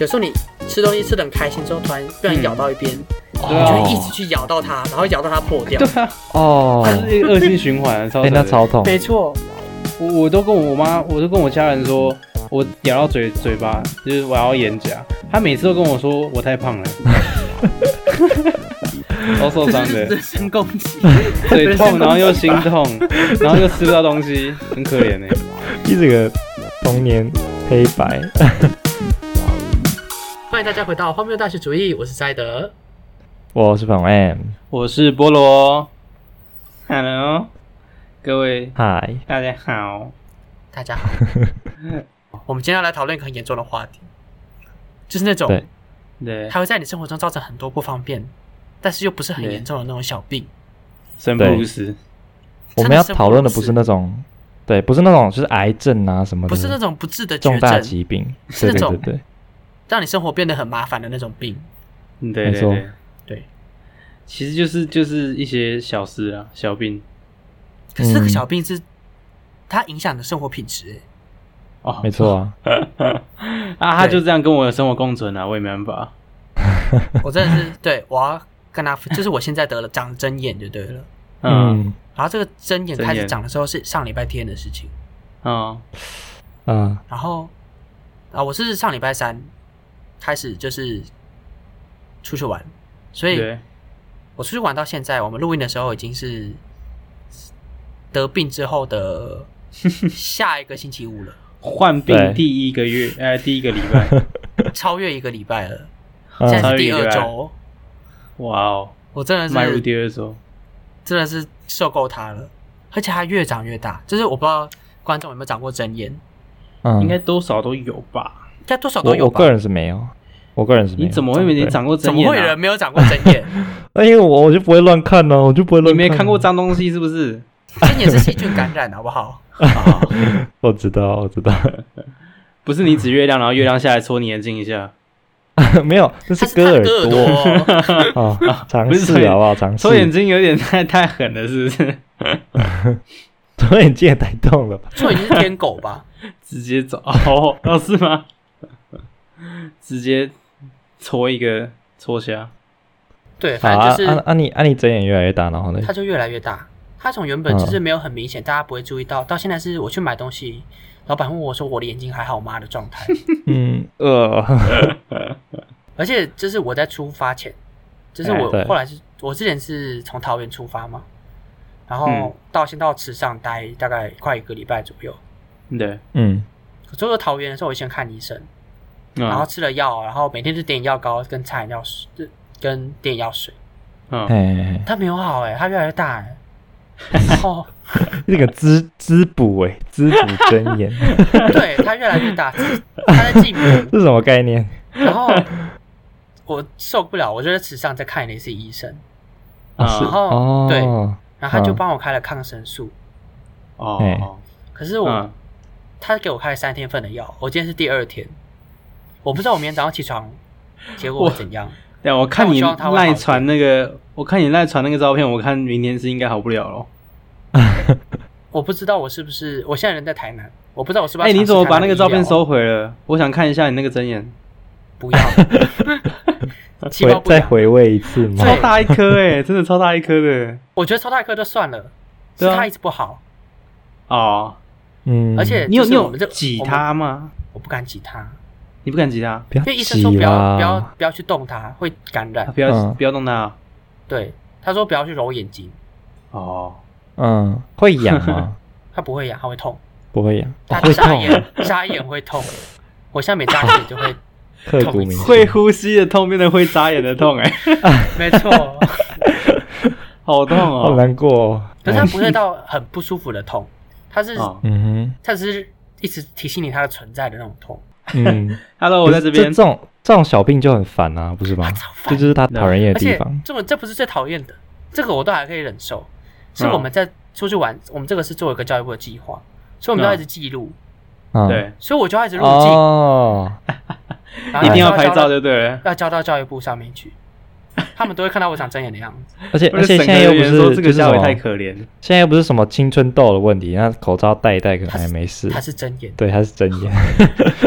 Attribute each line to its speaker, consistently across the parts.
Speaker 1: 有时候你吃东西吃的很开心之后，突然不然咬到一边，你就
Speaker 2: 哦
Speaker 1: 会一直去咬到它，然后咬到它破掉
Speaker 3: 对。啊，
Speaker 2: 哦，
Speaker 3: 它是一个恶性循环啊，超
Speaker 2: 哎，
Speaker 3: 扯
Speaker 2: 那
Speaker 3: 的
Speaker 2: 超痛，
Speaker 3: 没错，我我都跟我妈，我都跟我家人说，我咬到嘴嘴巴，就是我要眼颊。她每次都跟我说我太 胖了，超
Speaker 2: 哦
Speaker 3: 受伤
Speaker 1: 这是
Speaker 3: 的，
Speaker 1: 人身攻击，
Speaker 3: 嘴
Speaker 1: 人
Speaker 3: 痛，
Speaker 1: 身攻击
Speaker 3: 然后又心痛，然后又吃不到东西，很可怜呢、欸
Speaker 2: 一这个童年黑白。
Speaker 1: 欢迎大家回到荒谬大学主义，我是塞德。
Speaker 2: 我是彭 M，
Speaker 3: 我是菠萝，Hello，各位
Speaker 2: 嗨，
Speaker 3: 大家好，
Speaker 1: 大家好，我们今天要来讨论一个很严重的话题，就是那种
Speaker 2: 对
Speaker 3: 对，
Speaker 1: 它会在你生活中造成很多不方便，但是又不是很
Speaker 3: 对
Speaker 1: 严重的那种小病。
Speaker 3: 生不如死，
Speaker 2: 我们要讨论的不是那种，对，不是那种就是癌症啊什么的，
Speaker 1: 不是那种不治的绝
Speaker 2: 重大
Speaker 1: 症，
Speaker 2: 疾病，
Speaker 1: 是那
Speaker 2: 对对
Speaker 1: 种
Speaker 2: 对对，
Speaker 1: 让你生活变得很麻烦的那种病。
Speaker 3: 嗯对
Speaker 2: 没
Speaker 3: 对
Speaker 2: 错
Speaker 3: 对
Speaker 1: 对，
Speaker 3: 其实就是就是一些小事啊，小病
Speaker 1: 可是这个
Speaker 2: 嗯
Speaker 1: 小病是、它影响你的生活品质、欸
Speaker 3: 哦，
Speaker 2: 没错啊，
Speaker 3: 啊，他
Speaker 1: 对
Speaker 3: 就这样跟我的生活共存啊，我也没办法。
Speaker 1: 我真的是 对我要跟他，就是我现在得了长针眼就对了。
Speaker 3: 嗯
Speaker 2: 嗯
Speaker 1: 然后这个针眼
Speaker 3: 针
Speaker 1: 开始
Speaker 3: 眼
Speaker 1: 长的时候是上礼拜天的事情，
Speaker 3: 嗯
Speaker 2: 啊，
Speaker 1: 然后啊，我是上礼拜三开始就是出去玩，所以
Speaker 3: 对，
Speaker 1: 我出去玩到现在，我们录音的时候已经是得病之后 的下一个星期五了，
Speaker 3: 患病
Speaker 2: 对
Speaker 3: 第一个月，呃，第一个礼拜，
Speaker 1: 超越一个礼拜了，
Speaker 2: 嗯
Speaker 1: 现在
Speaker 3: 超
Speaker 1: 是第
Speaker 3: 越一个
Speaker 1: 二
Speaker 3: 礼拜
Speaker 1: 周，
Speaker 3: 哇哦，
Speaker 1: 我真的
Speaker 3: 迈入
Speaker 1: 是
Speaker 3: 第二周，
Speaker 1: 真的是受够它了，而且它越长越大。就是我不知道观众有没有长过针眼，
Speaker 2: 嗯
Speaker 3: 应该多少都有吧？
Speaker 1: 应该多少都
Speaker 2: 我
Speaker 1: 有
Speaker 2: 我
Speaker 1: 吧
Speaker 2: 个？人是没有，我个人是没有，
Speaker 3: 你怎么会没
Speaker 2: 没
Speaker 3: 你？长过
Speaker 1: 怎
Speaker 3: 针
Speaker 1: 么
Speaker 3: 眼
Speaker 1: 会有人
Speaker 3: 啊？
Speaker 1: 没有长过针 眼？
Speaker 2: 哎，因为我我就不会乱看啊呢，我就不会
Speaker 3: 你
Speaker 2: 乱。
Speaker 3: 没看过？脏东西是不是？
Speaker 1: 针眼是细菌感染，好不好？
Speaker 3: 啊，
Speaker 2: 我知道，我知道，
Speaker 3: 不是你指月亮，然后月亮下来戳你眼睛一下，
Speaker 2: 没有，这
Speaker 1: 它
Speaker 2: 是
Speaker 1: 是
Speaker 2: 割
Speaker 1: 它
Speaker 2: 耳
Speaker 1: 割耳
Speaker 2: 朵
Speaker 1: 朵，
Speaker 2: 啊，尝
Speaker 3: 不是
Speaker 2: 试好不好？尝试
Speaker 3: 戳， 眼睛有点太太狠了，是不是？
Speaker 2: 左眼睛也太痛了吧？
Speaker 1: 所以你是天狗吧？
Speaker 3: 直接走哦，哦是吗？ 直接戳一个戳瞎，
Speaker 1: 对，
Speaker 2: 好
Speaker 1: 反正
Speaker 2: 啊
Speaker 1: 就，
Speaker 2: 啊
Speaker 1: 是
Speaker 2: 啊你啊你睁眼越来越大，然后呢？
Speaker 1: 它就越来越大。它从原本就是没有很明显，大家不会注意到，到现在是我去买东西，老板问我说我的眼睛还好吗的状态。
Speaker 2: 嗯
Speaker 1: 哦
Speaker 2: 呃，
Speaker 1: 而且就是我在出发前，就是
Speaker 3: 哎
Speaker 1: 我
Speaker 2: 对
Speaker 1: 后来是，我之前是从桃园出发嘛，然
Speaker 3: 嗯
Speaker 1: 后到先到池上待大概快一个礼拜左右。
Speaker 3: 对，
Speaker 2: 嗯
Speaker 1: 我走到桃园的时候，我先看医生，然后
Speaker 3: 嗯
Speaker 1: 吃了药，啊然后每天就点眼药膏跟擦眼药水，呃跟点眼药水。
Speaker 3: 嗯，
Speaker 2: 哎，
Speaker 1: 它没有好哎、它越来越大哎、然 后
Speaker 2: 这个滋滋补哎，滋补 睁眼
Speaker 1: 对它越来越大，它在进步。
Speaker 2: 这是什么概念？
Speaker 1: 然后我受不了，我就在池上再看了一次医生，
Speaker 2: 啊
Speaker 3: 嗯
Speaker 2: 是
Speaker 1: 后对
Speaker 2: 哦，
Speaker 1: 然后他就
Speaker 2: 嗯
Speaker 1: 帮我开了抗生素。
Speaker 2: 哎
Speaker 3: 哦，
Speaker 1: 可是我、
Speaker 3: 嗯，
Speaker 1: 他给我开了三天份的药，我今天是第二天，我不知道我明天早上起 床结果
Speaker 3: 我
Speaker 1: 会怎样。
Speaker 3: 对，我看
Speaker 1: 那我
Speaker 3: 你
Speaker 1: 希望他会好一
Speaker 3: 赖
Speaker 1: 点
Speaker 3: 传那个，我看你赖传那个照片，我看明天是应该好不了了。
Speaker 1: 我不知道我是不是，我现在人在台南，我不知道我是不是
Speaker 3: 哎、
Speaker 1: 要尝试
Speaker 3: 你怎么把那个
Speaker 1: 台
Speaker 3: 照
Speaker 1: 南的医
Speaker 3: 片
Speaker 1: 疗？
Speaker 3: 收回了？我想看一下你那个针眼，
Speaker 1: 不要， 气泡
Speaker 2: 回
Speaker 1: 不
Speaker 2: 再
Speaker 1: 良。
Speaker 2: 回味一次吗？
Speaker 3: 超大一颗哎、 真的超大一颗的
Speaker 1: 我觉得超大颗就算了，是
Speaker 3: 对啊
Speaker 1: 他一直不好，
Speaker 3: 哦。
Speaker 2: 嗯，
Speaker 1: 而且
Speaker 3: 你有
Speaker 1: 哎就
Speaker 3: 你
Speaker 1: 是我
Speaker 3: 有
Speaker 1: 们这
Speaker 3: 挤
Speaker 1: 我们
Speaker 3: 它吗？
Speaker 1: 我不敢挤他，
Speaker 3: 你不敢挤它，
Speaker 2: 不要
Speaker 1: 因为医生
Speaker 2: 挤
Speaker 1: 说不要
Speaker 2: 啦
Speaker 1: 不要不要去动它，会感
Speaker 3: 啊
Speaker 1: 染。
Speaker 3: 不要、
Speaker 2: 嗯
Speaker 3: 不要动它啊
Speaker 1: 对，他说不要去揉眼睛，
Speaker 3: 哦。
Speaker 2: 嗯，会痒吗？
Speaker 1: 他不会痒，他会痛，
Speaker 2: 不会痒，
Speaker 1: 他
Speaker 2: 哦会
Speaker 1: 眨
Speaker 2: 痛啊，
Speaker 1: 眼眨眼会痛，我现在每眨眼就 会，
Speaker 2: 刻骨铭心。
Speaker 3: 会呼吸的痛变得会眨眼的痛哎、
Speaker 1: 没错。
Speaker 3: 好痛
Speaker 2: 好
Speaker 3: 哦。
Speaker 2: 难过哦。
Speaker 1: 可是它不会到很不舒服的痛，它是
Speaker 3: 哦
Speaker 2: 嗯
Speaker 1: 它只是一直提醒你它的存在的那种痛，
Speaker 2: 哼，嗯，
Speaker 3: Hello，我在这边
Speaker 2: 这。种这种小病就很烦啊，不是吗
Speaker 1: 它？超
Speaker 2: 这
Speaker 1: 烦。
Speaker 2: 就是他讨人厌
Speaker 1: 而
Speaker 2: 的地
Speaker 1: 且
Speaker 2: 方。
Speaker 1: 这种这不是最讨厌的，这个我都还可以忍受。
Speaker 3: 嗯
Speaker 1: 是我们在出去玩，我们这个是做一个教育部的计划，所以我们
Speaker 3: 嗯
Speaker 1: 要一直记录，
Speaker 2: 嗯，
Speaker 3: 对，
Speaker 1: 所以我就要一直入境，
Speaker 2: 哦，
Speaker 1: 然后
Speaker 3: 一定要
Speaker 1: 交
Speaker 3: 拍
Speaker 1: 到
Speaker 3: 照就对了。
Speaker 1: 要交到教育部上面去，他们都会看到我长睁眼的样子。
Speaker 2: 而且
Speaker 3: 不
Speaker 2: 而
Speaker 3: 是
Speaker 2: 且
Speaker 3: 审
Speaker 2: 现
Speaker 3: 核
Speaker 2: 在又
Speaker 3: 人
Speaker 2: 不
Speaker 3: 员
Speaker 2: 是
Speaker 3: 说
Speaker 2: 就
Speaker 3: 这个
Speaker 2: 是什
Speaker 3: 下
Speaker 2: 么
Speaker 3: 围太可怜，
Speaker 2: 现在又不是什么青春痘的问题，那口罩戴一戴可能还没事
Speaker 1: 他。是睁眼，
Speaker 2: 对，他是真眼。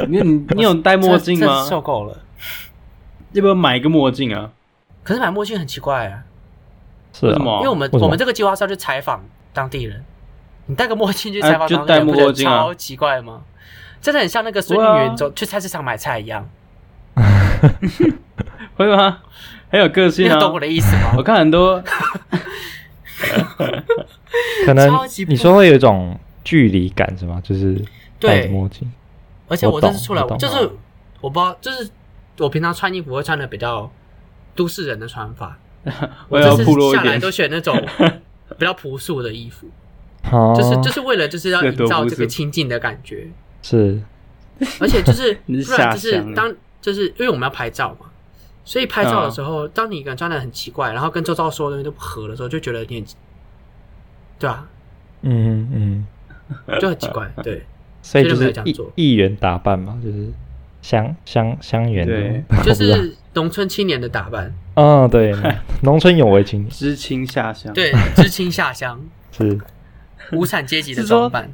Speaker 3: 你你你有戴墨镜
Speaker 1: 这这
Speaker 3: 吗？
Speaker 1: 受够了，
Speaker 3: 要不要买一个墨镜啊？
Speaker 1: 可是买墨镜很奇怪啊，
Speaker 2: 是
Speaker 3: 哦为
Speaker 2: 啊
Speaker 3: 什，么？
Speaker 1: 因为我们
Speaker 2: 为什么
Speaker 1: 我们这个计划是要去采访当地人，你戴个墨镜去采
Speaker 3: 啊
Speaker 1: 访
Speaker 3: 就
Speaker 1: 当地人，
Speaker 3: 戴
Speaker 1: 不
Speaker 3: 墨
Speaker 1: 觉得
Speaker 3: 镜啊
Speaker 1: 超奇怪吗？真的很像那个孙
Speaker 3: 对
Speaker 1: 运
Speaker 3: 啊
Speaker 1: 云走去菜市场买菜一样，
Speaker 3: 会吗？ 很有个
Speaker 1: 你
Speaker 3: 性啊
Speaker 1: 有！懂我的意思吗
Speaker 3: 我？看很多，
Speaker 2: 可能
Speaker 1: 超级不
Speaker 2: 你说会有一种距离感是吗？就是戴
Speaker 1: 对，
Speaker 2: 着墨镜，
Speaker 1: 而且我
Speaker 2: 我
Speaker 1: 这
Speaker 2: 懂
Speaker 1: 次出来，
Speaker 2: 我懂
Speaker 1: 就是我不知道，就是我平常穿衣服会穿的比较都市人的穿 法，
Speaker 3: 我
Speaker 1: 这
Speaker 3: 要
Speaker 1: 次
Speaker 3: 铺露一
Speaker 1: 下来
Speaker 3: 点
Speaker 1: 都，选那种比较朴素的衣服，
Speaker 2: 哦，
Speaker 1: 就是就是为了就是要
Speaker 3: 这
Speaker 1: 营
Speaker 3: 多
Speaker 1: 造
Speaker 3: 朴
Speaker 1: 这个
Speaker 3: 素
Speaker 1: 亲近的感觉，
Speaker 2: 是
Speaker 1: 而且就是
Speaker 3: 你
Speaker 1: 不然就
Speaker 3: 下
Speaker 1: 是
Speaker 3: 乡了
Speaker 1: 当就是因为我们要拍照嘛，所以拍照
Speaker 3: 嗯
Speaker 1: 的时候，当你一个人穿的很奇怪，然后跟周遭所有东西都不合的时候，就觉得有点对啊，
Speaker 2: 嗯嗯，
Speaker 1: 就很奇怪，对。
Speaker 2: 所以就
Speaker 1: 所以就没有
Speaker 2: 是
Speaker 1: 这样
Speaker 2: 一
Speaker 1: 做
Speaker 2: 一元打扮嘛，就是香香香园
Speaker 3: 对
Speaker 2: 的，
Speaker 1: 就
Speaker 2: 我不知
Speaker 1: 是农村青年的打扮，
Speaker 2: 道嗯对， 农村有为情
Speaker 3: 知青下乡。，
Speaker 1: 对，知青下乡，
Speaker 2: 是
Speaker 1: 无产阶级的
Speaker 3: 是说
Speaker 1: 装扮，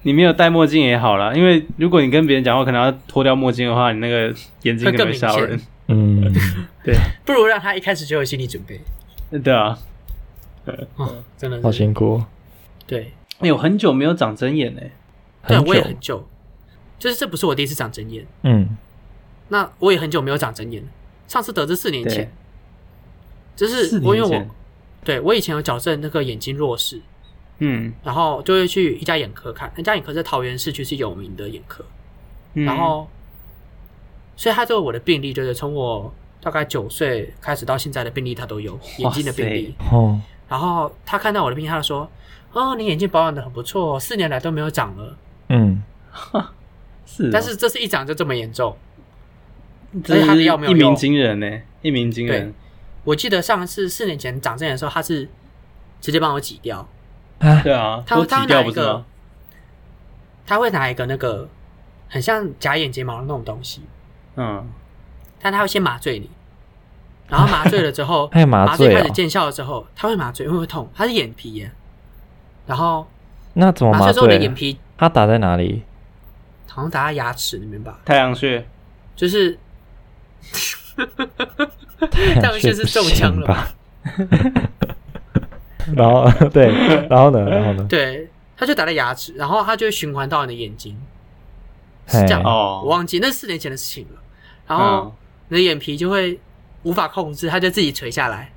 Speaker 3: 你没有戴墨镜也好啦，因为如果你跟别人讲话，可能要脱掉墨镜的话，你那个眼睛
Speaker 1: 会
Speaker 3: 可能
Speaker 1: 更
Speaker 3: 会
Speaker 1: 明
Speaker 3: 吓
Speaker 1: 显
Speaker 3: 人。
Speaker 2: 嗯
Speaker 1: 不如让他一开始就有心理准备。
Speaker 3: 对啊，嗯
Speaker 1: 哦，真的
Speaker 2: 好
Speaker 1: 是
Speaker 2: 辛苦，
Speaker 1: 对，
Speaker 3: 哎、我很久没有长针眼哎、
Speaker 1: 对啊
Speaker 2: 很
Speaker 1: 我
Speaker 2: 久
Speaker 1: 也很久，就是这不是我第一次长针眼，
Speaker 2: 嗯
Speaker 1: 那我也很久没有长针眼了。上次得知四年
Speaker 3: 对
Speaker 1: 前，，就是
Speaker 3: 四
Speaker 1: 我因为
Speaker 3: 年
Speaker 1: 我
Speaker 3: 前，
Speaker 1: 对我以前有矫正那个眼睛弱视，
Speaker 3: 嗯，
Speaker 1: 然后就会去一家眼科看，那家眼科在桃园市区是有名的眼科，
Speaker 3: 嗯
Speaker 1: 然后，所以他对我的病例就是从我大概九岁开始到现在的病例他都有眼睛的病例，
Speaker 2: 哦
Speaker 1: 然后他看到我的病例，他就说：“哦，你眼睛保养的很不错哦，四年来都没有长了。”
Speaker 2: 嗯
Speaker 3: 是哦、
Speaker 1: 但是这次一长就这么严重。
Speaker 3: 这
Speaker 1: 而且他的
Speaker 3: 是
Speaker 1: 药没有
Speaker 3: 一鸣
Speaker 1: 用
Speaker 3: 惊人呢、一鸣惊人。
Speaker 1: 我记得上次四年前长这样的时候，他是直接帮我挤掉，
Speaker 2: 啊，
Speaker 3: 对啊，
Speaker 1: 他
Speaker 3: 都
Speaker 1: 他
Speaker 3: 挤掉
Speaker 1: 拿
Speaker 3: 不
Speaker 1: 一
Speaker 3: 是
Speaker 1: 个
Speaker 3: 吗？，
Speaker 1: 他会拿一个那个很像假眼睫毛的那种东西，
Speaker 3: 嗯，
Speaker 1: 但他会先麻醉你，然后麻醉了之后
Speaker 2: 还有麻
Speaker 1: 麻醉
Speaker 2: 醉
Speaker 1: 开
Speaker 2: 啊
Speaker 1: 始，见效了之后，他会麻醉，因为会痛，他是眼皮耶。然后
Speaker 2: 那怎么
Speaker 1: 麻
Speaker 2: 麻
Speaker 1: 醉之后，你
Speaker 2: 醉
Speaker 1: 眼
Speaker 2: 啊？
Speaker 1: 皮
Speaker 2: 他打在 哪里？
Speaker 1: 好像打在牙齿里面吧，
Speaker 3: 太阳穴，
Speaker 1: 就是
Speaker 2: 太
Speaker 1: 这样 就是中枪了吧
Speaker 2: 吧？ 然后 对，然后呢？然后呢？
Speaker 1: 对，他就打在牙齿，然后他就会循环到你的眼睛，是
Speaker 2: 嘿
Speaker 1: 这样。
Speaker 3: 哦
Speaker 1: 我忘记那是四年前的事情了。然后你的眼皮就会无法控制，它就自己垂下来，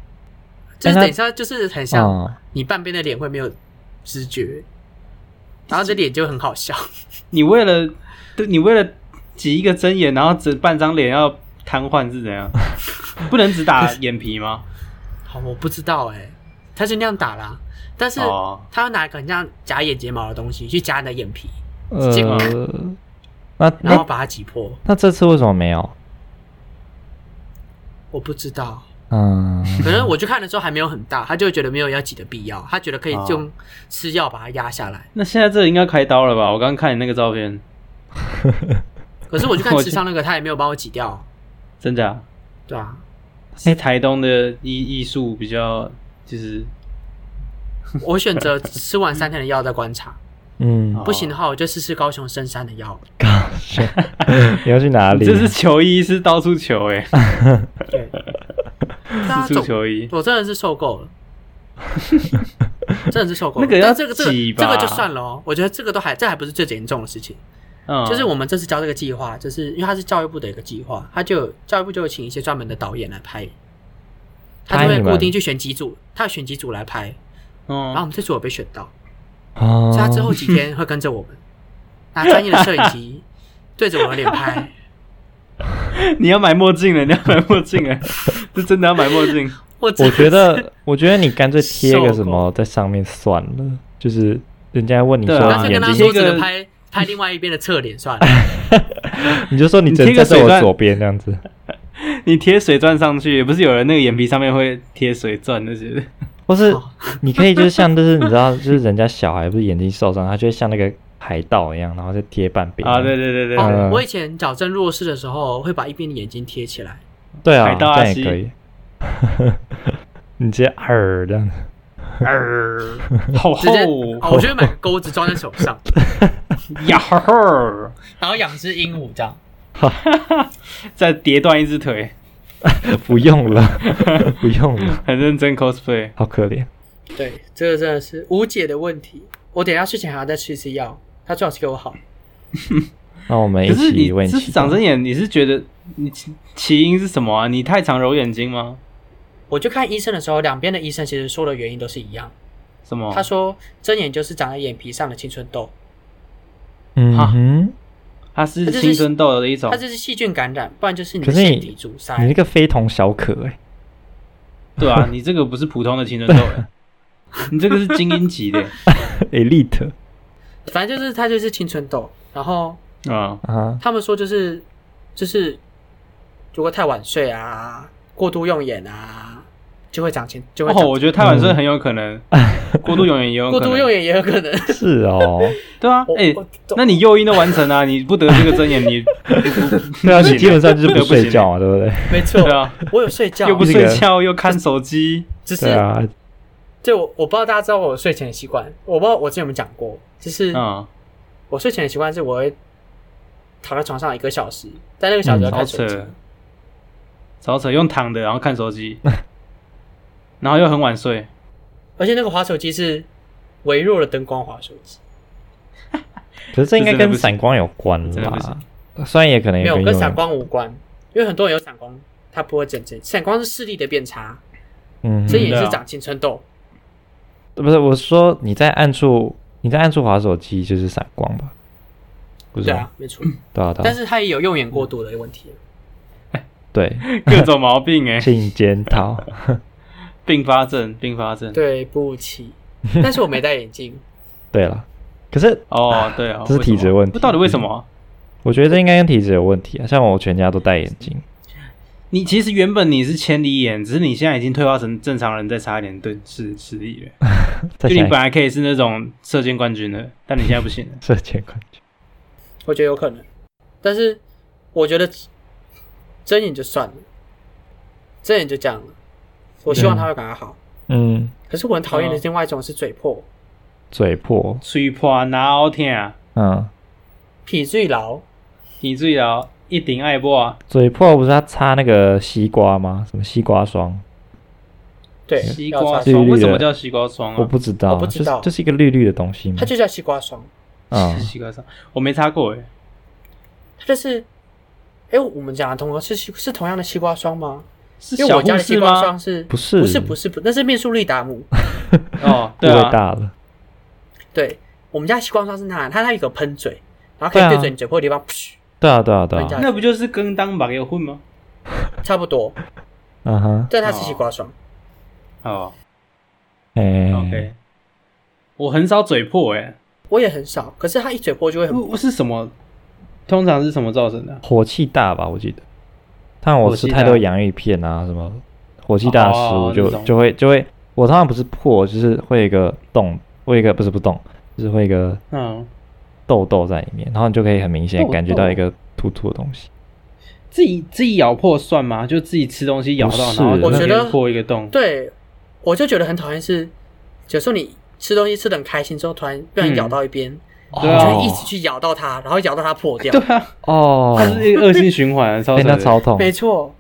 Speaker 1: 就是
Speaker 2: 但它
Speaker 1: 等一下就是很像
Speaker 2: 嗯
Speaker 1: 你半边的脸会没有知觉，然后这脸就很好笑。
Speaker 3: 嗯你为了，对你为了挤一个针眼，然后整半张脸要瘫痪是怎样？不能只打眼皮吗？
Speaker 1: 好，我不知道哎、他就那样打啦，但是
Speaker 3: 哦
Speaker 1: 他要拿一个很像夹眼睫毛的东西去夹你的眼皮，结果
Speaker 2: 呃，那
Speaker 1: 然后
Speaker 2: 那
Speaker 1: 把它挤破。
Speaker 2: 那这次为什么没有？
Speaker 1: 我不知道，
Speaker 2: 嗯，
Speaker 1: 可能我去看的时候还没有很大，他就会觉得没有要挤的必要，他觉得可以
Speaker 3: 哦
Speaker 1: 用吃药把它压下来。
Speaker 3: 那现在这个应该开刀了吧？我刚刚看你那个照片，
Speaker 1: 可 是我去看
Speaker 3: 我
Speaker 1: 池上那个，他也没有帮我挤掉，
Speaker 3: 真假？
Speaker 1: 对 啊，
Speaker 3: 哎，台东的医医术比较就是
Speaker 1: 我选择吃完三天的药再观察，
Speaker 2: 嗯，
Speaker 1: 不行的话我就试试高雄深山的药。
Speaker 2: 你要去哪
Speaker 3: 你
Speaker 2: 里？
Speaker 3: 这是求医是到处求哎、
Speaker 1: 对，大家
Speaker 3: 四处
Speaker 1: 总
Speaker 3: 求医。
Speaker 1: 我真的是受够了，真的是受够了。
Speaker 3: 那个要
Speaker 1: 但这个这个
Speaker 3: 挤吧
Speaker 1: 这个就算了哦，我觉得这个都还这还不是最严重的事情，
Speaker 3: 嗯，
Speaker 1: 就是我们这次教这个计划，就是因为它是教育部的一个计划，它就有教育部就有请一些专门的导演来拍，他就
Speaker 2: 拍
Speaker 1: 会
Speaker 2: 你们
Speaker 1: 固定去选几组，他选几组来拍，
Speaker 3: 嗯，
Speaker 1: 然后我们这组有被选到，
Speaker 2: 哦，
Speaker 1: 所以他之后几天会跟着我们，拿专业的摄影机对着我的脸拍。
Speaker 3: 你要买墨镜了，你要买墨镜了，这真的要买墨镜。
Speaker 1: 我
Speaker 2: 我
Speaker 1: 真
Speaker 2: 觉得，我觉得你干脆贴个
Speaker 1: 受
Speaker 2: 什么在上面算了，就是人家问你
Speaker 3: 对
Speaker 2: 说
Speaker 1: 干
Speaker 3: 啊
Speaker 2: 你
Speaker 1: 脆跟
Speaker 2: 眼
Speaker 1: 他
Speaker 2: 睛，
Speaker 1: 说只
Speaker 3: 这
Speaker 1: 能
Speaker 3: 个
Speaker 1: 拍拍另外一边的侧脸算了。
Speaker 2: 你就说你
Speaker 3: 你
Speaker 2: 只能
Speaker 3: 贴个
Speaker 2: 站在
Speaker 3: 水
Speaker 2: 我
Speaker 3: 钻
Speaker 2: 左边这样子。
Speaker 3: 你贴水钻上去，不是有人那个眼皮上面会贴水钻那些的？
Speaker 2: 或是
Speaker 3: 哦
Speaker 1: 好
Speaker 2: 你可以就是像就是你知 道就是人家小孩不是眼睛受伤，他就会像那个海盗一样，然后再贴半边
Speaker 3: 啊，对对对对，
Speaker 1: 哦
Speaker 2: 嗯，
Speaker 1: 我以前矫正弱视的时候，会把一边的眼睛贴起来，
Speaker 2: 对啊，
Speaker 3: 海盗
Speaker 2: 这
Speaker 3: 阿
Speaker 2: 样
Speaker 3: 西
Speaker 2: 也可以。 你直接耳这 样，
Speaker 3: 呃，好
Speaker 1: 直接、哦、
Speaker 3: 厚
Speaker 1: 我就会买 个钩子装在手上，
Speaker 3: 呀吼！
Speaker 1: 然后养只鹦鹉这样。
Speaker 3: 再跌断一只腿，
Speaker 2: 不用了， 不用了，
Speaker 3: 很认真 cosplay。
Speaker 2: 好可怜。
Speaker 1: 对，这个真的是无解的问题。我等一下睡前还要再吃一次药，他最好是给我好。
Speaker 2: 那我们一
Speaker 3: 可是你
Speaker 2: 起问
Speaker 3: 这
Speaker 2: 起
Speaker 3: 是长针眼，你是觉得你起起因是什么啊？你太常揉眼睛吗？
Speaker 1: 我就看医生的时候，两边的医生其实说的原因都是一样。
Speaker 3: 什么？
Speaker 1: 他说针眼就是长在眼皮上的青春痘，
Speaker 2: 嗯哼，
Speaker 3: 它是
Speaker 1: 它就是
Speaker 3: 青春痘的一种
Speaker 1: 它，这是细菌感染，不然就是你
Speaker 2: 可
Speaker 1: 的
Speaker 2: 是你
Speaker 1: 腺体阻
Speaker 3: 啊
Speaker 1: 塞。
Speaker 2: 你那个非同小可哎、
Speaker 3: 对啊，你这个不是普通的青春 痘，欸你这个是精英级的
Speaker 2: elite
Speaker 1: 反正就是它就是青春痘。然后
Speaker 3: 啊。
Speaker 2: 啊，
Speaker 1: 他们说就是就是如果太晚睡啊，过度用眼啊，就会长青就会长
Speaker 3: 哦，我觉得太晚睡很有可能，
Speaker 2: 嗯
Speaker 3: 过度用眼也有可
Speaker 1: 过
Speaker 3: 能。
Speaker 1: 度用眼也有可能。
Speaker 2: 是哦，
Speaker 3: 对啊
Speaker 1: 我，
Speaker 3: 哎、
Speaker 1: 我
Speaker 3: 那你诱因都完成了、你不得这个真眼， 你
Speaker 2: 对啊，
Speaker 3: 不行
Speaker 2: 你基本上就是
Speaker 3: 不
Speaker 2: 不
Speaker 3: 行
Speaker 2: 睡觉啊，对不对？
Speaker 1: 没错
Speaker 3: 对，啊，
Speaker 1: 我有睡觉
Speaker 3: 又，不
Speaker 2: 这
Speaker 3: 睡
Speaker 2: 个
Speaker 3: 觉又看手机，
Speaker 1: 只是
Speaker 2: 对啊，
Speaker 1: 就我我不知道大家知道我睡前的习惯，我不知道我之前有没有讲过，就是
Speaker 3: 嗯，
Speaker 1: 我睡前的习惯是我会躺在床上一个小时，在那个小时要
Speaker 3: 超
Speaker 1: 看手机，
Speaker 3: 嗯扯，超扯，用躺的，然后看手机， 然后又很晚睡，
Speaker 1: 而且那个滑手机是微弱的灯光滑手机，
Speaker 2: 可是这应该
Speaker 3: 这真的
Speaker 2: 跟
Speaker 3: 不行
Speaker 2: 闪光有关
Speaker 3: 真的不行
Speaker 2: 啦，虽然也
Speaker 3: 哎
Speaker 2: 可能
Speaker 1: 没
Speaker 2: 有
Speaker 1: 有
Speaker 2: 用
Speaker 1: 跟闪，光无关，因为很多人有闪光，他不会整整闪光是视力的变差，
Speaker 2: 嗯，
Speaker 1: 这也
Speaker 3: 对啊
Speaker 1: 是长青春痘。
Speaker 2: 呃不是我说你在暗处，你在暗处滑手机就是闪光吧？不是
Speaker 1: 对
Speaker 2: 吗？
Speaker 1: 啊，没错，
Speaker 2: 对啊，对
Speaker 1: 但
Speaker 2: 啊，
Speaker 1: 是他也有用眼过度的问题。
Speaker 2: 对，
Speaker 3: 各种毛病 哎、
Speaker 2: 请检 讨。
Speaker 3: 并发症，并发
Speaker 2: 嗯
Speaker 3: 症。
Speaker 1: 对不起，但是我没戴眼 镜，
Speaker 2: 对了，可是
Speaker 3: 哦，对哦，
Speaker 2: 这是
Speaker 3: 为什么
Speaker 2: 体质问题
Speaker 3: 不到底为什么？
Speaker 2: 我觉得这应该跟体质有问题啊，像我全家都戴眼镜，
Speaker 3: 你其实原本你是千里眼，只是你现在已经退化成正常人，再差一点对视视力 了。
Speaker 2: 再
Speaker 3: 就你
Speaker 2: 想
Speaker 3: 本来可以是那种射箭冠军的，但你现在不行了。
Speaker 2: 射箭冠军，
Speaker 1: 我觉得有可能，但是我觉得睁眼就算了，睁眼就这样了。我希望他会赶快好。
Speaker 2: 嗯，
Speaker 1: 可是我很讨厌的另外一种是嘴破，
Speaker 2: 嘴破，
Speaker 3: 吹破哪天啊？
Speaker 2: 嗯，
Speaker 1: 痞最牢，
Speaker 3: 你最了一顶爱波啊，
Speaker 2: 嘴破不是他擦那个西瓜吗？什么西瓜霜？
Speaker 1: 对，
Speaker 3: 西
Speaker 1: 要
Speaker 3: 瓜
Speaker 1: 抓
Speaker 2: 是
Speaker 1: 手
Speaker 3: 霜
Speaker 2: 绿
Speaker 3: 为
Speaker 2: 绿的
Speaker 3: 什么叫西瓜霜
Speaker 2: 我
Speaker 3: 啊？
Speaker 2: 不知道，
Speaker 1: 嗯我不知道
Speaker 2: 就是就是一个绿绿的东西嘛
Speaker 1: 它。就叫西瓜霜，
Speaker 2: 嗯
Speaker 3: 西瓜霜，我没擦过哎、
Speaker 1: 它就是，哎、我们讲的同是西是同样的西瓜霜吗？
Speaker 3: 是
Speaker 1: 因为
Speaker 3: 小
Speaker 1: 我家
Speaker 3: 护
Speaker 1: 的西
Speaker 3: 士
Speaker 1: 瓜
Speaker 3: 吗？
Speaker 1: 霜是
Speaker 2: 不是
Speaker 1: 不是不是不，那是面素利达姆。
Speaker 3: 哦，
Speaker 2: 误
Speaker 3: 对
Speaker 2: 会
Speaker 3: 啊，
Speaker 2: 大了，
Speaker 1: 对，我们家西瓜霜是那，它它有个喷嘴，然后可
Speaker 2: 对
Speaker 1: 以
Speaker 2: 啊
Speaker 1: 对准你嘴破的地方，噗
Speaker 2: 对啊，对啊，对
Speaker 1: 人家
Speaker 2: 啊，
Speaker 3: 那不就是跟当马油混吗？
Speaker 1: 差不多，
Speaker 2: 嗯哼，
Speaker 1: 但它是西瓜霜。
Speaker 3: 哦
Speaker 2: 哎
Speaker 3: ，OK，我很少嘴破哎、
Speaker 1: 我也很少，可是它一嘴破就会很
Speaker 2: 哦
Speaker 3: 我我是什么？通常是什么造成的？
Speaker 2: 火气大吧？我记得，但我吃太
Speaker 3: 火
Speaker 2: 多
Speaker 3: 气
Speaker 2: 洋芋片啊，什么火气大的食
Speaker 3: 哦
Speaker 2: 物
Speaker 3: 那
Speaker 2: 就
Speaker 3: 种
Speaker 2: 就会就会，我通常不是破，就是会有一个洞，会有一个不是不洞，就是会有一个
Speaker 3: 嗯，
Speaker 2: 痘痘在里面，然后你就可以很明显
Speaker 3: 痘
Speaker 2: 感觉
Speaker 3: 痘
Speaker 2: 到一个突突的东西。
Speaker 3: 自己自己咬破算吗？就自己吃东西咬到，
Speaker 2: 不是
Speaker 3: 然后
Speaker 2: 我
Speaker 1: 觉得
Speaker 3: 那边破一个洞。
Speaker 1: 对，我就觉得很讨厌是，有时候你吃东西吃的很开心之后，突然不小心咬到一边，
Speaker 3: 对
Speaker 2: 嗯
Speaker 1: 你
Speaker 3: 啊
Speaker 1: 就会一直去咬到它，然后咬到它破掉
Speaker 3: 对。啊，
Speaker 2: 哦，
Speaker 3: 它是一个恶性循环，超
Speaker 2: 哎，
Speaker 3: 扯
Speaker 2: 那
Speaker 3: 的。
Speaker 2: 超痛，
Speaker 1: 没错，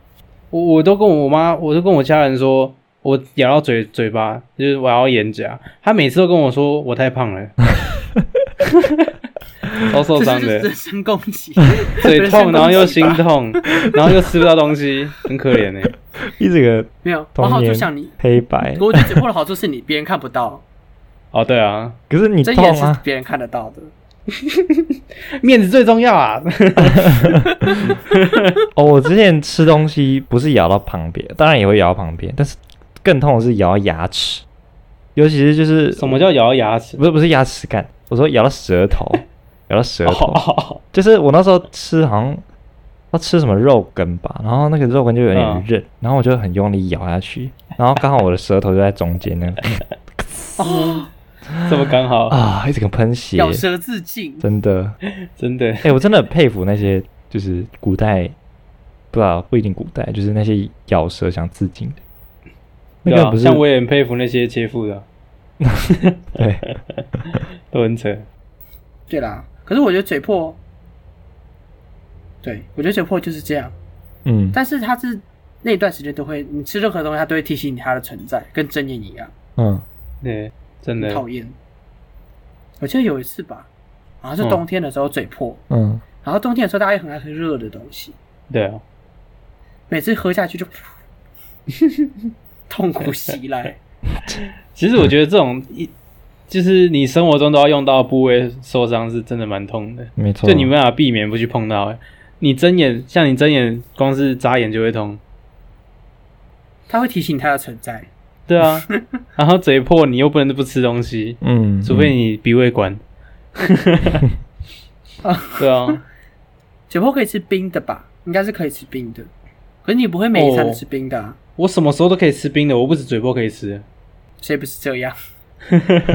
Speaker 3: 我我都跟我妈，我都跟我家人说，我咬到嘴嘴巴，就是我要眼颊。她每次都跟我说我太胖了，超受伤
Speaker 1: 这是
Speaker 3: 的
Speaker 1: 人，身攻 击。
Speaker 3: 嘴
Speaker 1: 人身攻击吧
Speaker 3: 痛，然后又心痛，然后又吃不到东西，很可怜哎、
Speaker 2: 一直有个
Speaker 1: 没有，我好
Speaker 2: 童
Speaker 1: 就
Speaker 2: 年
Speaker 1: 像你，
Speaker 2: 黑白，
Speaker 1: 我觉得嘴破的好处是你别人看不到，
Speaker 3: 哦，对啊，
Speaker 2: 可是你
Speaker 1: 这
Speaker 2: 痛
Speaker 1: 也是
Speaker 2: 啊，
Speaker 1: 别人看得到的。
Speaker 3: 面子最重要啊。
Speaker 2: 哦，我之前吃东西不是咬到旁边，当然也会咬到旁边，但是更痛的是咬到牙齿，尤其是就是
Speaker 3: 什么叫咬到牙齿？
Speaker 2: 不是不是牙齿干，我说咬到 舌头，咬到舌
Speaker 3: 哦
Speaker 2: 头，
Speaker 3: 哦
Speaker 2: 就是我那时候吃好像要吃什么肉羹吧，然后那个肉羹就有
Speaker 3: 嗯
Speaker 2: 点韧，然后我就很用力咬下去，然后刚好我的舌头就在中 间那样
Speaker 3: 这么刚好，
Speaker 2: 啊，一整个喷血，
Speaker 1: 哦咬舌自尽，
Speaker 2: 真的，
Speaker 3: 真的
Speaker 2: 哎、我真的很佩服那些就是古代，不知道不一定古代，就是那些咬舌想自尽的，那
Speaker 3: 对
Speaker 2: 个
Speaker 3: 啊
Speaker 2: 不是
Speaker 3: 像我也很佩服那些切腹的，
Speaker 2: 对，
Speaker 3: 都很扯。
Speaker 1: 对啦。可是我觉得嘴破，对，我觉得嘴破就是这样，
Speaker 2: 嗯，
Speaker 1: 但是它是那一段时间都会，你吃任何东西，它都会提醒你它的存在，跟睁眼一样，
Speaker 2: 嗯，
Speaker 3: 对，
Speaker 1: 很
Speaker 3: 真的，
Speaker 1: 讨厌。我记得有一次吧，好像是冬天的时候嘴破，
Speaker 2: 嗯，
Speaker 1: 然后冬天的时候大家也很爱喝热的东西，
Speaker 3: 对啊，
Speaker 1: 每次喝下去就 痛苦袭来。
Speaker 3: 其实我觉得这种一就是你生活中都要用到的部位受伤是真的蛮痛的，
Speaker 2: 没错，
Speaker 3: 就你没办法避免不去碰到、欸。你睁眼，像你睁眼，光是眨眼就会痛。
Speaker 1: 它会提醒它的存在，
Speaker 3: 对啊，然后嘴破，你又不能不吃东西，
Speaker 2: 嗯，嗯，
Speaker 3: 除非你鼻胃管。对啊，
Speaker 1: 酒后可以吃冰的吧？应该是可以吃冰的，可是你不会每一餐都吃冰的、啊，
Speaker 3: 我什么时候都可以吃冰的，我不止嘴破可以吃。
Speaker 1: 谁、不是这 样？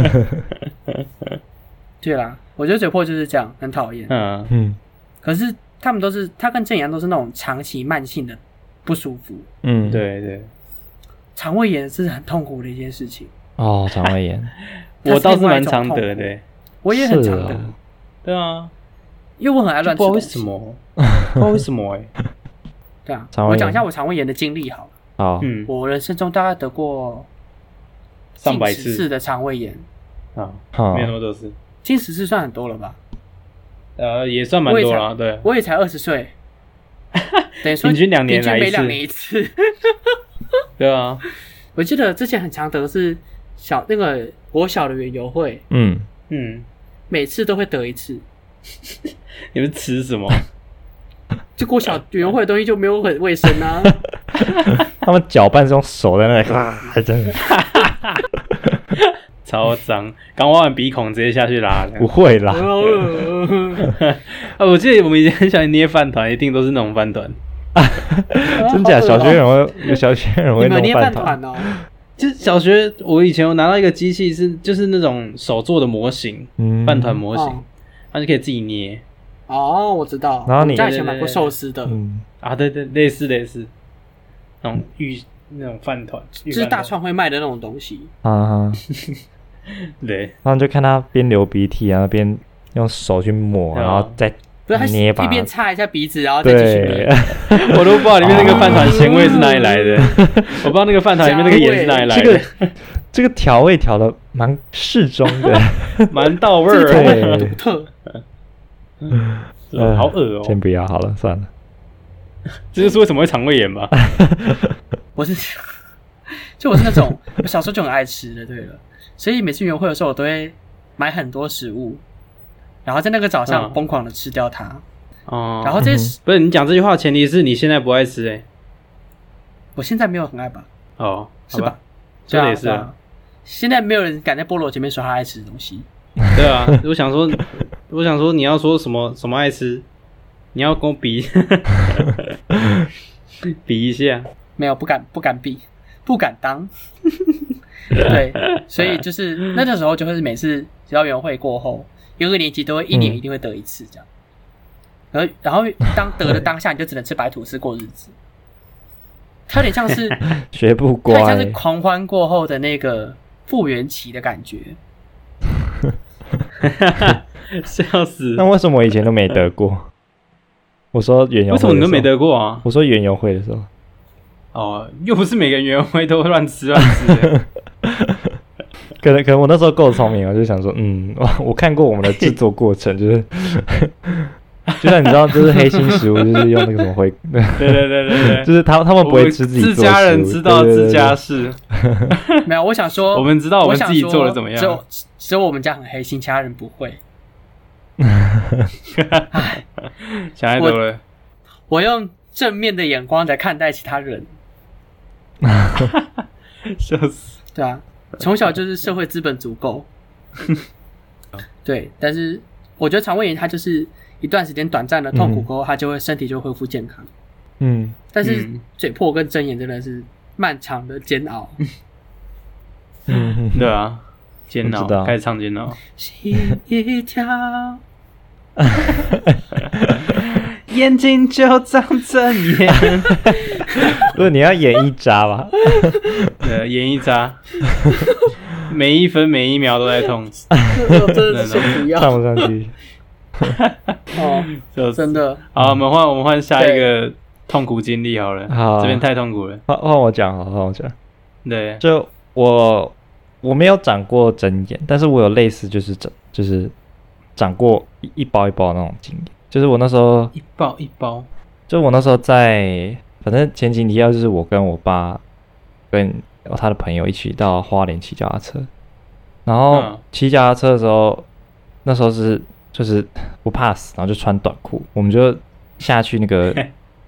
Speaker 1: 对啦，我觉得嘴破就是这样，很讨厌。
Speaker 3: 嗯，
Speaker 2: 嗯
Speaker 1: 可是他们都是，他跟郑阳都是那种长期慢性的不舒服，
Speaker 2: 嗯，，
Speaker 3: 对对，
Speaker 1: 肠胃炎是很痛苦的一件事情。
Speaker 2: 哦，肠胃炎，
Speaker 1: 它
Speaker 3: 我倒是
Speaker 1: 另外
Speaker 3: 蛮
Speaker 1: 一种
Speaker 3: 常
Speaker 1: 痛苦
Speaker 3: 得的、欸。
Speaker 1: 我也很
Speaker 2: 是
Speaker 1: 常得，
Speaker 2: 哦
Speaker 3: 对啊，
Speaker 1: 因为我很爱
Speaker 3: 就
Speaker 1: 乱
Speaker 3: 不
Speaker 1: 吃
Speaker 3: 知道
Speaker 1: 东
Speaker 3: 为
Speaker 1: 西
Speaker 3: 什。 么，不知道为什么哎、欸。
Speaker 1: 对啊，
Speaker 2: 肠胃炎
Speaker 1: 我讲一下我肠胃炎的经历好了。
Speaker 2: 好，
Speaker 3: 嗯，
Speaker 1: 我人生中大概得过
Speaker 3: 上百
Speaker 1: 近十
Speaker 3: 次
Speaker 1: 的肠胃炎，
Speaker 3: 啊，
Speaker 2: 好
Speaker 3: 没有，那么多次，
Speaker 1: 近十次算很多了吧？
Speaker 3: 呃，也算蛮
Speaker 1: 我也
Speaker 3: 多
Speaker 1: 才
Speaker 3: 了，对。
Speaker 1: 我也才二十 岁，等于说
Speaker 3: 平均两年
Speaker 1: 平
Speaker 3: 来
Speaker 1: 均每
Speaker 3: 一
Speaker 1: 两
Speaker 3: 次
Speaker 1: 年一次。
Speaker 3: 对啊，
Speaker 1: 我记得之前很常得是小那个国小的园游会，
Speaker 2: 嗯，
Speaker 3: 嗯，
Speaker 1: 每次都会得一次。
Speaker 3: 你们 吃什么？
Speaker 1: 就国小园游会的东西就没有很卫生 啊，
Speaker 2: 他们搅拌是用手在那里， 啊，真的
Speaker 3: 超脏，刚挖完鼻孔直接下去拉的
Speaker 2: 不。会啦，
Speaker 1: 哦
Speaker 3: 啊，我记得我们以前很喜欢捏饭团，一定都是那种饭团，
Speaker 2: 真假？
Speaker 1: 好恶哦
Speaker 2: 小学人会，小学人
Speaker 1: 你
Speaker 2: 会
Speaker 1: 们有
Speaker 2: 弄
Speaker 1: 捏饭
Speaker 2: 团，
Speaker 1: 团哦，
Speaker 3: 就是小学我以前有拿到一个机器是就是那种手做的模型，
Speaker 2: 嗯
Speaker 3: 饭团模型
Speaker 1: 哦，
Speaker 3: 它就可以自己捏
Speaker 1: 哦，我知道。
Speaker 2: 然
Speaker 1: 我
Speaker 2: 后
Speaker 1: 们
Speaker 2: 你
Speaker 1: 家以前买过寿司的，
Speaker 2: 嗯，
Speaker 3: 啊，对对，类似类似，那种玉那种饭团，就
Speaker 1: 就是大，创会卖的那种东西，
Speaker 2: 啊，
Speaker 3: 对，
Speaker 2: 然后就看他边流鼻涕，然后边用手去抹，
Speaker 3: 对啊
Speaker 2: 然后再
Speaker 1: 不是他
Speaker 2: 捏把
Speaker 1: 一边擦一下鼻子，然后再继续
Speaker 2: 对
Speaker 1: 捏。，
Speaker 3: 我都不知道里面那个饭团咸味是哪里来的，我不知道那个饭团里面那个盐是哪里来
Speaker 2: 这个
Speaker 3: 的，
Speaker 2: 这个调味调的蛮适中 的，
Speaker 3: 蛮到味
Speaker 1: 这
Speaker 3: 儿
Speaker 1: 个口味
Speaker 3: 的，
Speaker 1: 很独特，
Speaker 3: 好恶哦、
Speaker 2: 先不要好了，算了，
Speaker 3: 这就是为什么会肠 胃炎吧？
Speaker 1: 我是 就我是那种我小时候就很爱吃的，对了，所以每次园游会的时候，我都会买很多食物，然后在那个早上
Speaker 3: 嗯
Speaker 1: 疯狂的吃掉它，
Speaker 3: 哦，
Speaker 1: 然后这些
Speaker 2: 嗯
Speaker 1: 食
Speaker 3: 不是你讲这句话，前提是你现在不爱吃哎、
Speaker 1: 我现在没有很爱吧，
Speaker 3: 哦，
Speaker 1: 是吧？
Speaker 3: 这
Speaker 1: 对啊
Speaker 3: 也是
Speaker 1: 对
Speaker 3: 啊
Speaker 1: 啊，现在没有人敢在菠萝前面说他爱吃的东西，
Speaker 3: 对啊，我想说，我想说你要说什么什么爱吃，你要跟我 比，比一下，
Speaker 1: 没有不敢不敢比，不敢 当。对，所以就是那个时候就会是每次只要园游会过后，有个年级都会一年
Speaker 2: 嗯
Speaker 1: 一定会得一次这样。然后，然后当得 的当下，你就只能吃白吐司过日子。它有点像是，它
Speaker 2: 学不
Speaker 1: 有点像
Speaker 2: 乖
Speaker 1: 是，狂欢过后的那个复原期的感觉。
Speaker 3: 笑死！
Speaker 2: 那为什么我以前都没得过？我说园游会
Speaker 3: 为
Speaker 2: 的
Speaker 3: 什
Speaker 2: 时候
Speaker 3: 么你都没？得过啊？
Speaker 2: 我说园游会的时候，
Speaker 3: 哦，又不是每个人员会都乱吃乱吃 的，
Speaker 2: 可能可能我那时候够聪明，我就想说，嗯， 我我看过我们的制作过程， 就是就像你知道，就是黑心食物，就是用那个什么回，
Speaker 3: 对对对对对。
Speaker 2: 就是他他们不
Speaker 3: 我
Speaker 2: 会
Speaker 3: 们
Speaker 2: 吃自己做的食物，
Speaker 3: 家人知道
Speaker 2: 对
Speaker 3: 自家，事，
Speaker 1: 没有，我想说，
Speaker 3: 我们知道我
Speaker 1: 我
Speaker 3: 们
Speaker 1: 想
Speaker 3: 自己
Speaker 1: 说
Speaker 3: 做的怎么
Speaker 1: 只有
Speaker 3: 样。
Speaker 1: 只有我们家很黑心，其他人不会。
Speaker 3: 想太多了，
Speaker 1: 我用正面的眼光来看待其他人，
Speaker 3: 笑死！
Speaker 1: 对啊，从小就是社会资本足 够。对，但是我觉得肠胃炎它就是一段时间短暂的痛苦过后，它就会身体就恢复健康。
Speaker 2: 对对对嗯，
Speaker 1: 但是
Speaker 3: 嗯
Speaker 1: 嘴破跟睁眼真的是漫长的煎熬。
Speaker 2: 嗯嗯
Speaker 3: 对啊，煎
Speaker 2: 我
Speaker 3: 熬
Speaker 2: 知道
Speaker 3: 开始唱煎熬，
Speaker 1: 心一跳，
Speaker 3: 眼睛就长针眼，
Speaker 2: 不是你要演一扎吧？
Speaker 3: 对，眼一眨，每一分每一秒都在痛。
Speaker 1: 我真的是先不要。
Speaker 2: 唱不上去。
Speaker 1: 哦，
Speaker 3: 就
Speaker 1: 真的，
Speaker 3: 好，我们换我们换下一个痛苦经历好了，
Speaker 2: 好啊
Speaker 3: 这边太痛苦了。
Speaker 2: 换换我讲好了，换我讲。
Speaker 3: 对，
Speaker 2: 就我我没有长过针眼，但是我有类似就是长就是长过一一包一包那种经验。就是我那时候，
Speaker 3: 一包一包，
Speaker 2: 就我那时候在，反正前情提要就是我跟我爸跟他的朋友一起到花莲骑脚踏车，然后
Speaker 3: 嗯
Speaker 2: 骑脚踏车的时候，那时候是就是不怕死，然后就穿短裤，我们就下去那个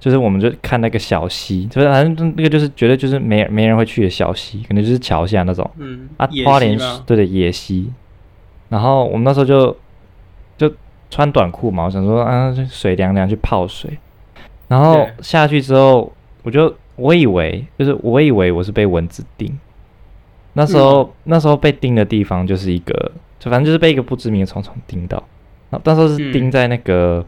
Speaker 2: 就是我们就看那个小溪，就是反正那个就是绝对就是没没人会去的小溪，可能就是桥下那种
Speaker 3: 嗯
Speaker 2: 啊
Speaker 3: 野，
Speaker 2: 花
Speaker 3: 溪
Speaker 2: 莲
Speaker 3: 吗
Speaker 2: 对的野溪。然后我们那时候就就穿短裤嘛，我想说啊，就水凉凉去泡水。然后
Speaker 3: 对
Speaker 2: 下去之后，我就我以为就是我以为我是被蚊子叮，那时
Speaker 3: 嗯
Speaker 2: 候、那时候被叮的地方就是一个，就反正就是被一个不知名的虫虫叮到，然后那时候是
Speaker 3: 嗯
Speaker 2: 叮在那个，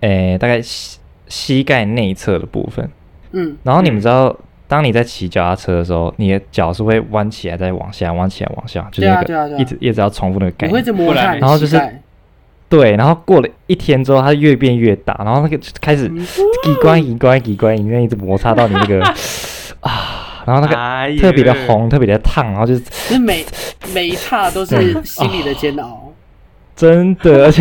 Speaker 2: 诶、大概膝膝盖内侧的部分。
Speaker 1: 嗯，
Speaker 2: 然后你们
Speaker 3: 嗯
Speaker 2: 知道，当你在骑脚踏车的时候，你的脚是会弯起来再往下，弯起来往下，就是
Speaker 1: 对啊
Speaker 2: 那个
Speaker 1: 对啊对啊
Speaker 2: 一直一直要重复那个概
Speaker 1: 你会一
Speaker 2: 念。
Speaker 1: 直摩
Speaker 3: 不
Speaker 1: 擦
Speaker 3: 然
Speaker 1: 你的膝盖，
Speaker 2: 然后就是对，然后过了一天之后，它越变越大，然后那个就开始
Speaker 1: 嗯
Speaker 2: 几关一关一关，你那一直摩擦到你那 个啊，然后那个
Speaker 3: 哎呀
Speaker 2: 特别的红，特别的烫，然后就是
Speaker 1: 就是每每一踏都
Speaker 2: 嗯
Speaker 1: 是心里的煎
Speaker 2: 啊
Speaker 1: 熬。
Speaker 2: 真的，而且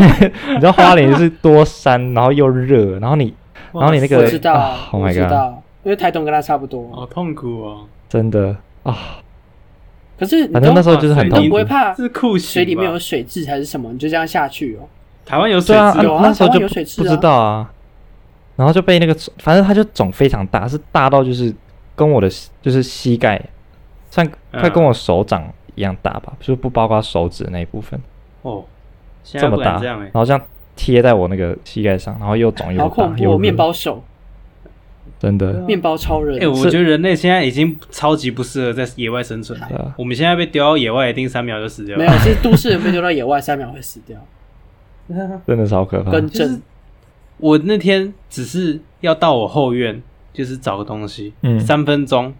Speaker 2: 你知道花莲是多山，然后又热，然后你然后你那个
Speaker 1: 我知道，
Speaker 2: 啊，Oh
Speaker 1: 我
Speaker 2: my
Speaker 1: 知
Speaker 2: god，
Speaker 1: 道，因为台东跟他差不多。
Speaker 3: 好痛苦哦，
Speaker 2: 真的啊，
Speaker 1: 可是你
Speaker 2: 反正
Speaker 1: 都
Speaker 2: 那时候就是很
Speaker 1: 你
Speaker 3: 哇
Speaker 1: 都
Speaker 3: 塞
Speaker 2: 痛
Speaker 1: 不
Speaker 2: 苦
Speaker 1: 会。怕
Speaker 3: 这是酷刑吧
Speaker 1: 水里面有水质还是什么，你就这样下去哦。
Speaker 3: 台湾有水
Speaker 2: 对啊，
Speaker 3: 质
Speaker 1: 有
Speaker 3: 哦，
Speaker 1: 啊
Speaker 2: 那时候
Speaker 1: 台湾
Speaker 2: 就
Speaker 1: 有
Speaker 2: 不
Speaker 1: 水质
Speaker 2: 不
Speaker 1: 啊
Speaker 2: 知道啊，然后就被那个，反正它就肿非常大，是大到就是跟我的就是膝盖，算
Speaker 3: 嗯
Speaker 2: 快跟我手掌一样大吧，就是不包括手指的那一部分，
Speaker 3: 哦，现
Speaker 2: 这
Speaker 3: 在不
Speaker 2: 么大，
Speaker 3: 敢这样哎
Speaker 2: 然，后这样贴在我那个膝盖上，然后又肿
Speaker 1: 好
Speaker 2: 又
Speaker 1: 恐
Speaker 2: 大
Speaker 1: 怖
Speaker 2: 又
Speaker 1: 哦，
Speaker 2: 热
Speaker 1: 面，包啊手，
Speaker 2: 真的，
Speaker 1: 面包超人
Speaker 3: 哎、。我
Speaker 2: 是
Speaker 3: 觉得人类现在已经超级不适合在野外生存了。
Speaker 2: 对啊
Speaker 3: 我们现在被丢到野外，一定三秒就死掉了。
Speaker 1: 没有，其实都市人被丢到野外，三秒会死掉。
Speaker 2: 啊真的超可怕，
Speaker 1: 跟
Speaker 3: 就是
Speaker 1: 真
Speaker 3: 我那天只是要到我后院，就是找个东西，
Speaker 2: 嗯
Speaker 3: 三分钟，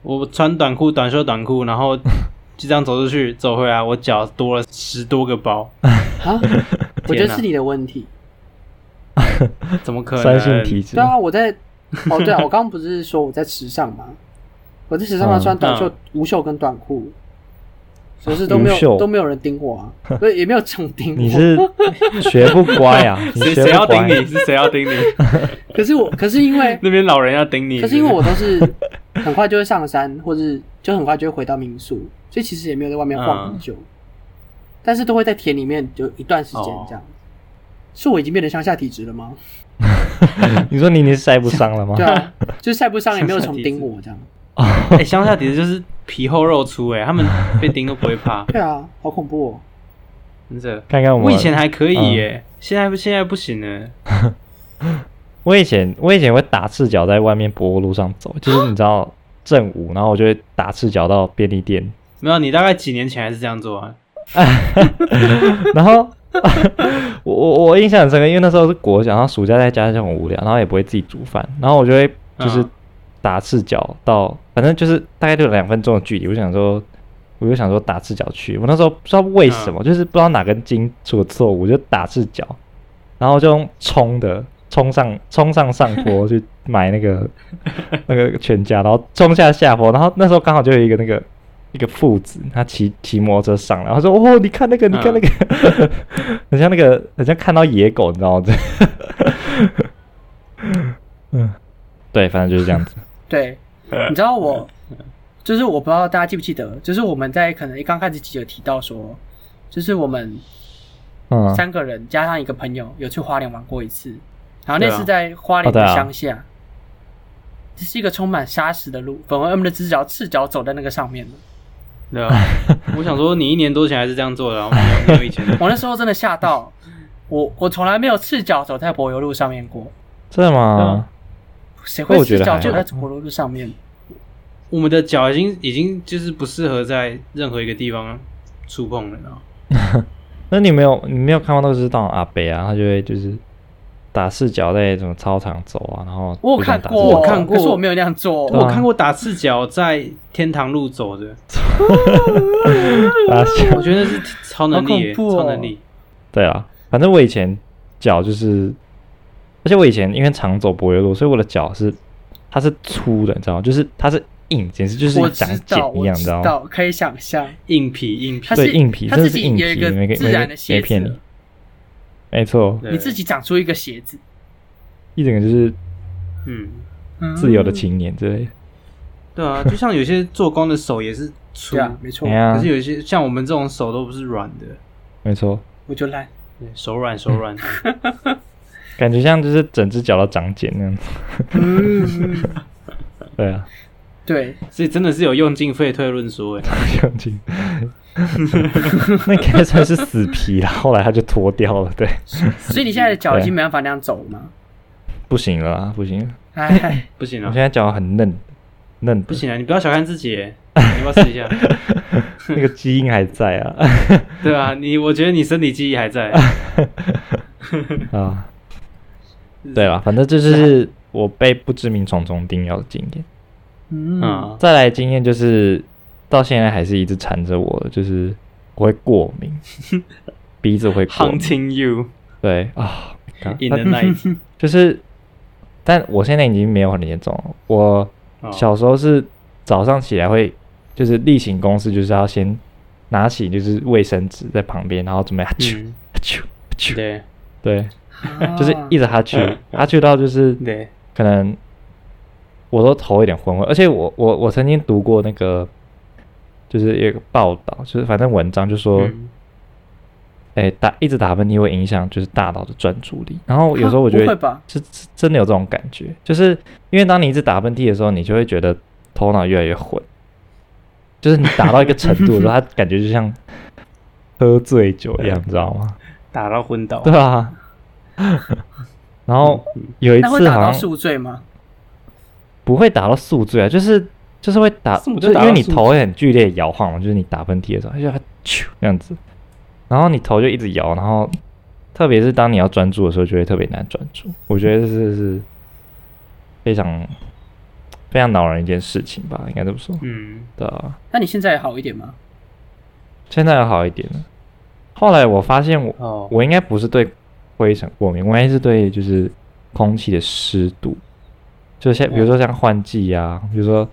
Speaker 3: 我穿短裤、短袖、短裤，然后 就这样走出去，走回来，我脚多了十多个包，
Speaker 1: 啊，我觉得是你的问题。
Speaker 3: 怎么可 能？
Speaker 2: 酸性体质
Speaker 1: 对，啊，我在哦，对啊，我刚刚不是说我在池上吗？我在池上
Speaker 2: 嗯
Speaker 1: 穿短袖、无袖跟短裤，可是都没
Speaker 2: 无袖
Speaker 1: 有都没有人盯我 啊，所以也没有总 盯我。
Speaker 2: 你是学不乖呀，你
Speaker 3: 谁
Speaker 2: 学
Speaker 3: 谁
Speaker 2: 不
Speaker 3: 要顶
Speaker 2: 乖
Speaker 3: 你？是谁要顶你？
Speaker 1: 可是我，可是因为，
Speaker 3: 那边老人要顶你。
Speaker 1: 可是因为我都是很快就会上山，或是就很快就会回到民宿，所以其实也没有在外面晃很久，
Speaker 3: 嗯
Speaker 1: 但是都会在田里面就一段时间
Speaker 3: 哦
Speaker 1: 这样。是我已经变得乡下体质了吗？
Speaker 2: 你说你你塞不上了吗
Speaker 1: 对？啊，就是晒不伤也没有
Speaker 3: 乡下
Speaker 1: 重
Speaker 3: 体
Speaker 1: 盯
Speaker 3: 质
Speaker 1: 我这样。
Speaker 3: 哎、乡下体质就是皮厚肉粗、哎，他们被叮都不会怕，
Speaker 1: 对啊，好恐怖哦！
Speaker 3: 真的。
Speaker 2: 看看我，
Speaker 3: 我以前还可以
Speaker 1: 嗯
Speaker 3: 耶、现在现在不行了。
Speaker 2: 我以前我以前会打赤脚在外面柏油路上走，就是你知道正午，然后我就会打赤脚到便利店，
Speaker 3: 没有，你大概几年前还是这样做啊？
Speaker 2: 然后 我我我印象很深刻，因为那时候是国小，然后暑假在家就很无聊，然后也不会自己煮饭，然后我就会就是
Speaker 3: 嗯
Speaker 2: 打赤脚到，反正就是大概就两分钟的距离，我想说。我就想说打赤脚去，我那时候不知道为什么，就是不知道哪根筋出了错误，我就打赤脚，然后就用冲的冲上冲上上坡去买那 个那个全家，然后冲下下坡，然后那时候刚好就有一个那个一个父子，他骑骑摩托车上来，然后说：“哦，你看那个，你看那个， 很像那个，很像看到野狗，你知道吗？” 嗯，对，反正就是这样子。
Speaker 1: 对，你知道我，就是我不知道大家记不记得，就是我们在可能一刚开始集有提到说，就是我们
Speaker 2: 嗯，
Speaker 1: 三个人加上一个朋友有去花莲玩过一次，然后
Speaker 3: 对
Speaker 1: 那
Speaker 3: 啊
Speaker 1: 是在花莲
Speaker 2: 哦对
Speaker 1: 的
Speaker 2: 啊
Speaker 1: 乡下，这是一个充满沙石的路，粉红 M 的只脚赤脚走在那个上面了
Speaker 3: 对啊， 我想说你一年多前还是这样做的、啊，我没有没有以前的。
Speaker 1: 我那时候真的吓到，我我从来没有赤脚走在柏油路上面过，
Speaker 2: 真的吗
Speaker 3: 嗯？
Speaker 1: 谁
Speaker 2: 那
Speaker 1: 会
Speaker 2: 我觉
Speaker 1: 赤
Speaker 2: 得
Speaker 1: 脚
Speaker 2: 还
Speaker 1: 走
Speaker 2: 好
Speaker 1: 在柏油路上面？
Speaker 3: 我们的脚已经已经就是不适合在任何一个地方触碰了啊。
Speaker 2: 那你没有你没有看过那个是那种阿北啊，他就会就是打赤脚在什么操场走啊，然后
Speaker 1: 我有
Speaker 2: 不想
Speaker 1: 看
Speaker 2: 打
Speaker 1: 过，
Speaker 2: 赤脚
Speaker 3: 我看过
Speaker 1: 可是我没有那样做。
Speaker 2: 对啊
Speaker 3: 我看过打赤脚在天堂路走的，
Speaker 2: 打赤脚
Speaker 3: 我觉得那是超能力耶、
Speaker 1: 好恐怖哦
Speaker 3: 超能力。
Speaker 2: 对啊，反正我以前脚就是，而且我以前因为常走柏油路，所以我的脚是它是粗的，你知道吗？就是它是硬，简直就是
Speaker 1: 我
Speaker 2: 一长
Speaker 1: 知
Speaker 2: 茧
Speaker 1: 道，
Speaker 2: 一
Speaker 1: 我
Speaker 2: 样，你
Speaker 1: 知
Speaker 2: 知道吗？
Speaker 1: 道，可以想象，
Speaker 3: 硬皮硬皮
Speaker 1: 它，
Speaker 2: 对
Speaker 1: 是
Speaker 2: 硬皮
Speaker 1: 它
Speaker 2: 真
Speaker 1: 自
Speaker 2: 的是
Speaker 1: 己
Speaker 2: 硬
Speaker 1: 有一
Speaker 2: 皮
Speaker 1: 个
Speaker 2: 没给
Speaker 1: 自
Speaker 2: 没
Speaker 1: 然
Speaker 2: 没
Speaker 1: 的鞋子
Speaker 2: 骗
Speaker 1: 了
Speaker 2: 你，没错，
Speaker 3: 对
Speaker 1: 你自己长出一个鞋子，
Speaker 2: 一整个就是
Speaker 3: 嗯，
Speaker 1: 嗯
Speaker 2: 自由的青年之类的。
Speaker 3: 对啊，就像有些做工的手也是粗
Speaker 1: 对，啊，没错
Speaker 2: 哎，呀
Speaker 3: 可是有一些像我们这种手都不是软的，
Speaker 2: 没错，
Speaker 1: 我就烂，
Speaker 3: 对手软手 软。
Speaker 2: 感觉像就是整只脚都长茧那样。
Speaker 1: 嗯，
Speaker 2: 对啊，
Speaker 1: 对，
Speaker 3: 所以真的是有用进废退论说 哎，
Speaker 2: 相亲，那应该算是死皮了。后来他就脱掉了，对，
Speaker 1: 所以你现在的脚已经没办法那样走了吗？
Speaker 2: 不行了啦，不行了，
Speaker 1: 哎，
Speaker 3: 不行
Speaker 2: 我
Speaker 3: 啊
Speaker 2: 现，在脚很嫩，嫩的，
Speaker 3: 不行啊，你不要小看自己 耶，你要不要试一下？
Speaker 2: 那个基因还在 啊
Speaker 3: 对啊，你我觉得你身体记忆还在，
Speaker 2: 啊！对了，反正这就是我被不知名虫虫叮咬的经验。
Speaker 1: 嗯，
Speaker 2: 啊
Speaker 3: 嗯，
Speaker 2: 再来经验就是到现在还是一直缠着我，就是我会过敏， 鼻子会过敏。
Speaker 3: ，Hunting you
Speaker 2: 对啊，God
Speaker 3: in the night，
Speaker 2: 就是，但我现在已经没有很严重了。我
Speaker 3: 哦
Speaker 2: 小时候是早上起来会，就是例行公事，就是要先拿起就是卫生纸在旁边，然后准备哈啾
Speaker 3: 嗯，
Speaker 2: 哈啾哈啾，
Speaker 3: 对
Speaker 2: 对，
Speaker 1: 啊
Speaker 2: 就是一直哈啾哈啾到就是
Speaker 3: 对，
Speaker 2: 可能我都头有点昏昏，而且我我我曾经读过那个就是一个报道，就是反正文章就说，
Speaker 3: 嗯
Speaker 2: 哎、打一直打喷嚏会影响就是大脑的专注力，然后有时候我觉
Speaker 1: 啊不会
Speaker 2: 得
Speaker 1: 吧？
Speaker 2: 是是真的有这种感觉，就是因为当你一直打喷嚏的时候，你就会觉得头脑越来越混，就是你打到一个程度的时候，它感觉就像喝醉酒一样，你知道吗？
Speaker 3: 打到昏倒，
Speaker 2: 对啊。然后有一
Speaker 1: 那会
Speaker 2: 次
Speaker 1: 打
Speaker 2: 好
Speaker 1: 到
Speaker 2: 像
Speaker 1: 宿醉吗？
Speaker 2: 不会打到宿醉啊，就是就是会打，
Speaker 3: 什么叫
Speaker 2: 就是
Speaker 3: 打
Speaker 2: 因
Speaker 3: 到
Speaker 2: 为你
Speaker 3: 宿醉
Speaker 2: 头会很剧烈摇晃嘛，就是你打喷嚏的时候，它就它啾那样子，然后你头就一直摇，然后特别是当你要专注的时候，就会特别难专注。我觉得这是是非常非常恼人一件事情吧，应该这么说。
Speaker 3: 嗯，
Speaker 2: 对啊，
Speaker 1: 那你现在好一点吗？
Speaker 2: 现在要好一点了。后来我发现我
Speaker 3: 哦，
Speaker 2: 我应该不是对灰尘过敏，我应该是对就是空气的湿度，就像比如说像换季啊，比如说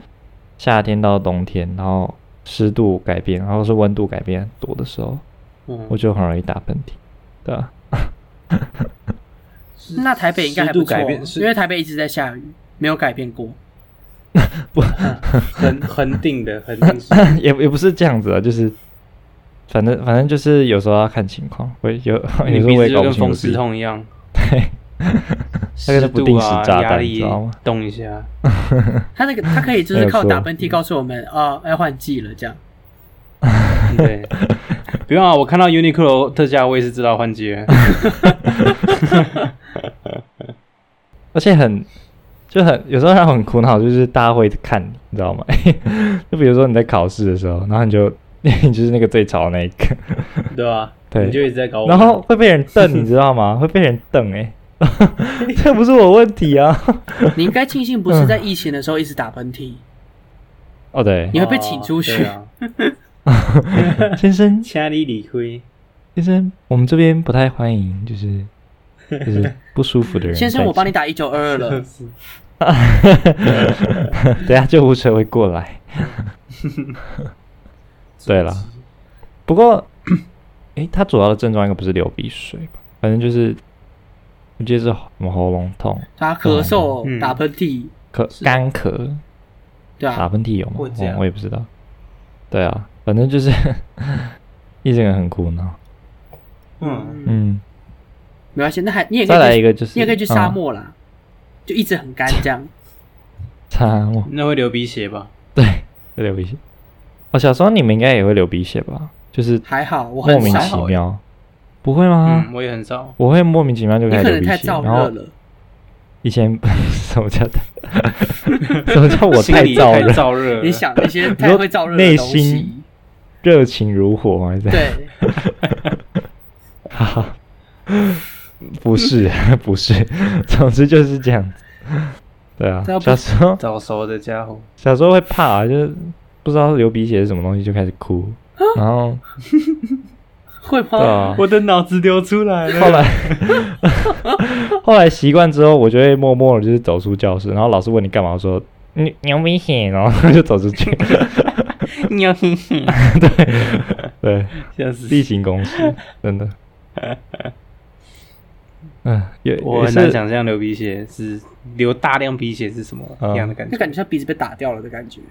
Speaker 2: 夏天到冬天，然后湿度改变，然后是温度改变很多的时候，
Speaker 3: 嗯
Speaker 2: 我就很容易打喷嚏，对吧、
Speaker 1: 那台北应该还
Speaker 3: 湿
Speaker 1: 不
Speaker 3: 度
Speaker 1: 错
Speaker 3: 改变，是
Speaker 1: 因为台北一直在下雨，没有改变过。
Speaker 3: 恒恒定的恒定是，
Speaker 2: 也也不是这样子啊，就是反正反正就是有时候要看情况，我有有
Speaker 3: 你
Speaker 2: 时候
Speaker 3: 鼻
Speaker 2: 我
Speaker 3: 子
Speaker 2: 也
Speaker 3: 就
Speaker 2: 搞不
Speaker 3: 跟
Speaker 2: 清楚
Speaker 3: 风
Speaker 2: 自
Speaker 3: 湿
Speaker 2: 己。
Speaker 3: 痛一样，
Speaker 2: 那个是
Speaker 3: 湿
Speaker 2: 不
Speaker 3: 度
Speaker 2: 定时
Speaker 3: 啊，
Speaker 2: 炸
Speaker 3: 压
Speaker 2: 弹，你
Speaker 3: 力
Speaker 2: 知道吗？
Speaker 3: 动一下，
Speaker 1: 他那个他可以就
Speaker 2: 没
Speaker 1: 是
Speaker 2: 有
Speaker 1: 靠
Speaker 2: 错
Speaker 1: 打喷嚏告诉我们啊，要换季了这样。
Speaker 3: 对，不用啊，我看到 Uniqlo 特价，我也是知道换季 了，
Speaker 2: 而且很就很有时候让我很苦恼，就是大家会一直看你，你知道吗？ 就比如说你在考试的时候，然后你就 你就是那个最吵的那一个，
Speaker 3: 对吧？
Speaker 2: 对
Speaker 3: 你就一直在搞
Speaker 1: 哦
Speaker 3: 我，
Speaker 2: 然后会被人瞪，你知道吗？ 会被人瞪哎、 这不是我问题啊！
Speaker 1: 你应该庆幸不是在疫情的时候一直打喷嚏。
Speaker 2: 哦对，
Speaker 1: 你会被请出去
Speaker 3: 哦对啊
Speaker 2: 先生
Speaker 3: 请你理亏。
Speaker 2: 先生，我们这边不太欢迎，就是就是不舒服的人在 一
Speaker 1: 先
Speaker 2: 起。
Speaker 1: 生，我帮你打一九二二了。
Speaker 2: 等下啊救护车会过来。对了，不过，诶，它主要的症状应该不是流鼻水吧？反正就是，我记得是什么喉咙痛、
Speaker 1: 他咳嗽、
Speaker 3: 嗯
Speaker 1: 打喷嚏，
Speaker 2: 咳、干咳、
Speaker 1: 对
Speaker 2: 打
Speaker 1: 啊，
Speaker 2: 喷嚏有吗？哦
Speaker 3: 会这样
Speaker 2: 我我也不知道。对啊，反正就是 一整个很苦恼。
Speaker 3: 嗯，
Speaker 2: 嗯，
Speaker 1: 没关系，那还你也可
Speaker 2: 再
Speaker 1: 以
Speaker 2: 来
Speaker 1: 去
Speaker 2: 一个就是，
Speaker 1: 你也可以去沙
Speaker 2: 嗯、
Speaker 1: 漠啦，就一直很干这样。
Speaker 2: 沙漠
Speaker 3: 那会流鼻血吧？
Speaker 2: 对，有点危险。我、哦小时候你们应该也会流鼻血吧？就是
Speaker 1: 还好，我
Speaker 2: 莫
Speaker 1: 很
Speaker 2: 名
Speaker 1: 少欸
Speaker 2: 其，妙，不会吗？
Speaker 3: 嗯，我也很少。
Speaker 2: 我会莫名其妙就
Speaker 1: 你
Speaker 2: 开
Speaker 1: 可
Speaker 2: 始流
Speaker 1: 能
Speaker 2: 鼻
Speaker 1: 太
Speaker 2: 血，
Speaker 1: 燥
Speaker 2: 然后
Speaker 1: 热了。
Speaker 2: 以前 什么叫 太什么叫我
Speaker 3: 心
Speaker 2: 太
Speaker 3: 里
Speaker 2: 燥
Speaker 3: 太
Speaker 2: 热，
Speaker 3: 燥热了，
Speaker 1: 你想那些太会燥热的东
Speaker 2: 内心
Speaker 1: 西，
Speaker 2: 热情如火吗？这样
Speaker 1: 对，
Speaker 2: 不是不是，总之就是这样子。对啊
Speaker 1: 这要，不
Speaker 2: 小时候
Speaker 3: 早熟的家伙，
Speaker 2: 小时候会怕、
Speaker 1: 啊
Speaker 2: 啊，就是不知道流鼻血是什么东西就开始哭，然后
Speaker 1: 会
Speaker 2: 对
Speaker 1: 吗？
Speaker 2: 啊。
Speaker 4: 我的脑子流出来
Speaker 2: 后
Speaker 4: 了。
Speaker 2: 来，后来习惯之后，我就会默默的就是走出教室，然后老师问你干嘛，我说你你要危险，然后就走出去。
Speaker 3: 你要哼哼，
Speaker 2: 对，
Speaker 3: 笑死！
Speaker 2: 例行公事，真 的。嗯，也
Speaker 3: 我
Speaker 2: 也
Speaker 3: 很难
Speaker 2: 是
Speaker 3: 想象流鼻血是流大量鼻血是什么样的感
Speaker 2: 嗯
Speaker 1: 就
Speaker 3: 觉。
Speaker 1: 感觉像鼻子被打掉了的感觉，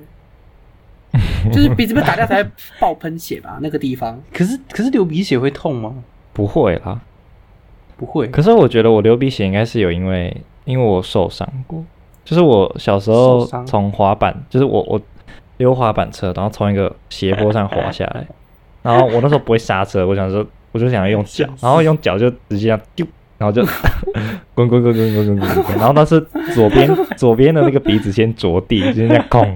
Speaker 1: 就是鼻子被打掉才会爆喷血吧？那个地方
Speaker 3: 可是可是流鼻血会痛吗？
Speaker 2: 不会啦。
Speaker 3: 不会，
Speaker 2: 可是我觉得我流鼻血应该是有因为因为我受伤过，就是我小时
Speaker 3: 受
Speaker 2: 候
Speaker 3: 伤
Speaker 2: 从滑板，就是我我溜滑板车，然后从一个斜坡上滑下 来，然后我那时候不会刹车，我想说我就想要用脚，然后用脚就直接这样丢。然后就 滚滚滚滚滚滚滚滚，然后当时左边左边的那个鼻子先着地，就是这样空，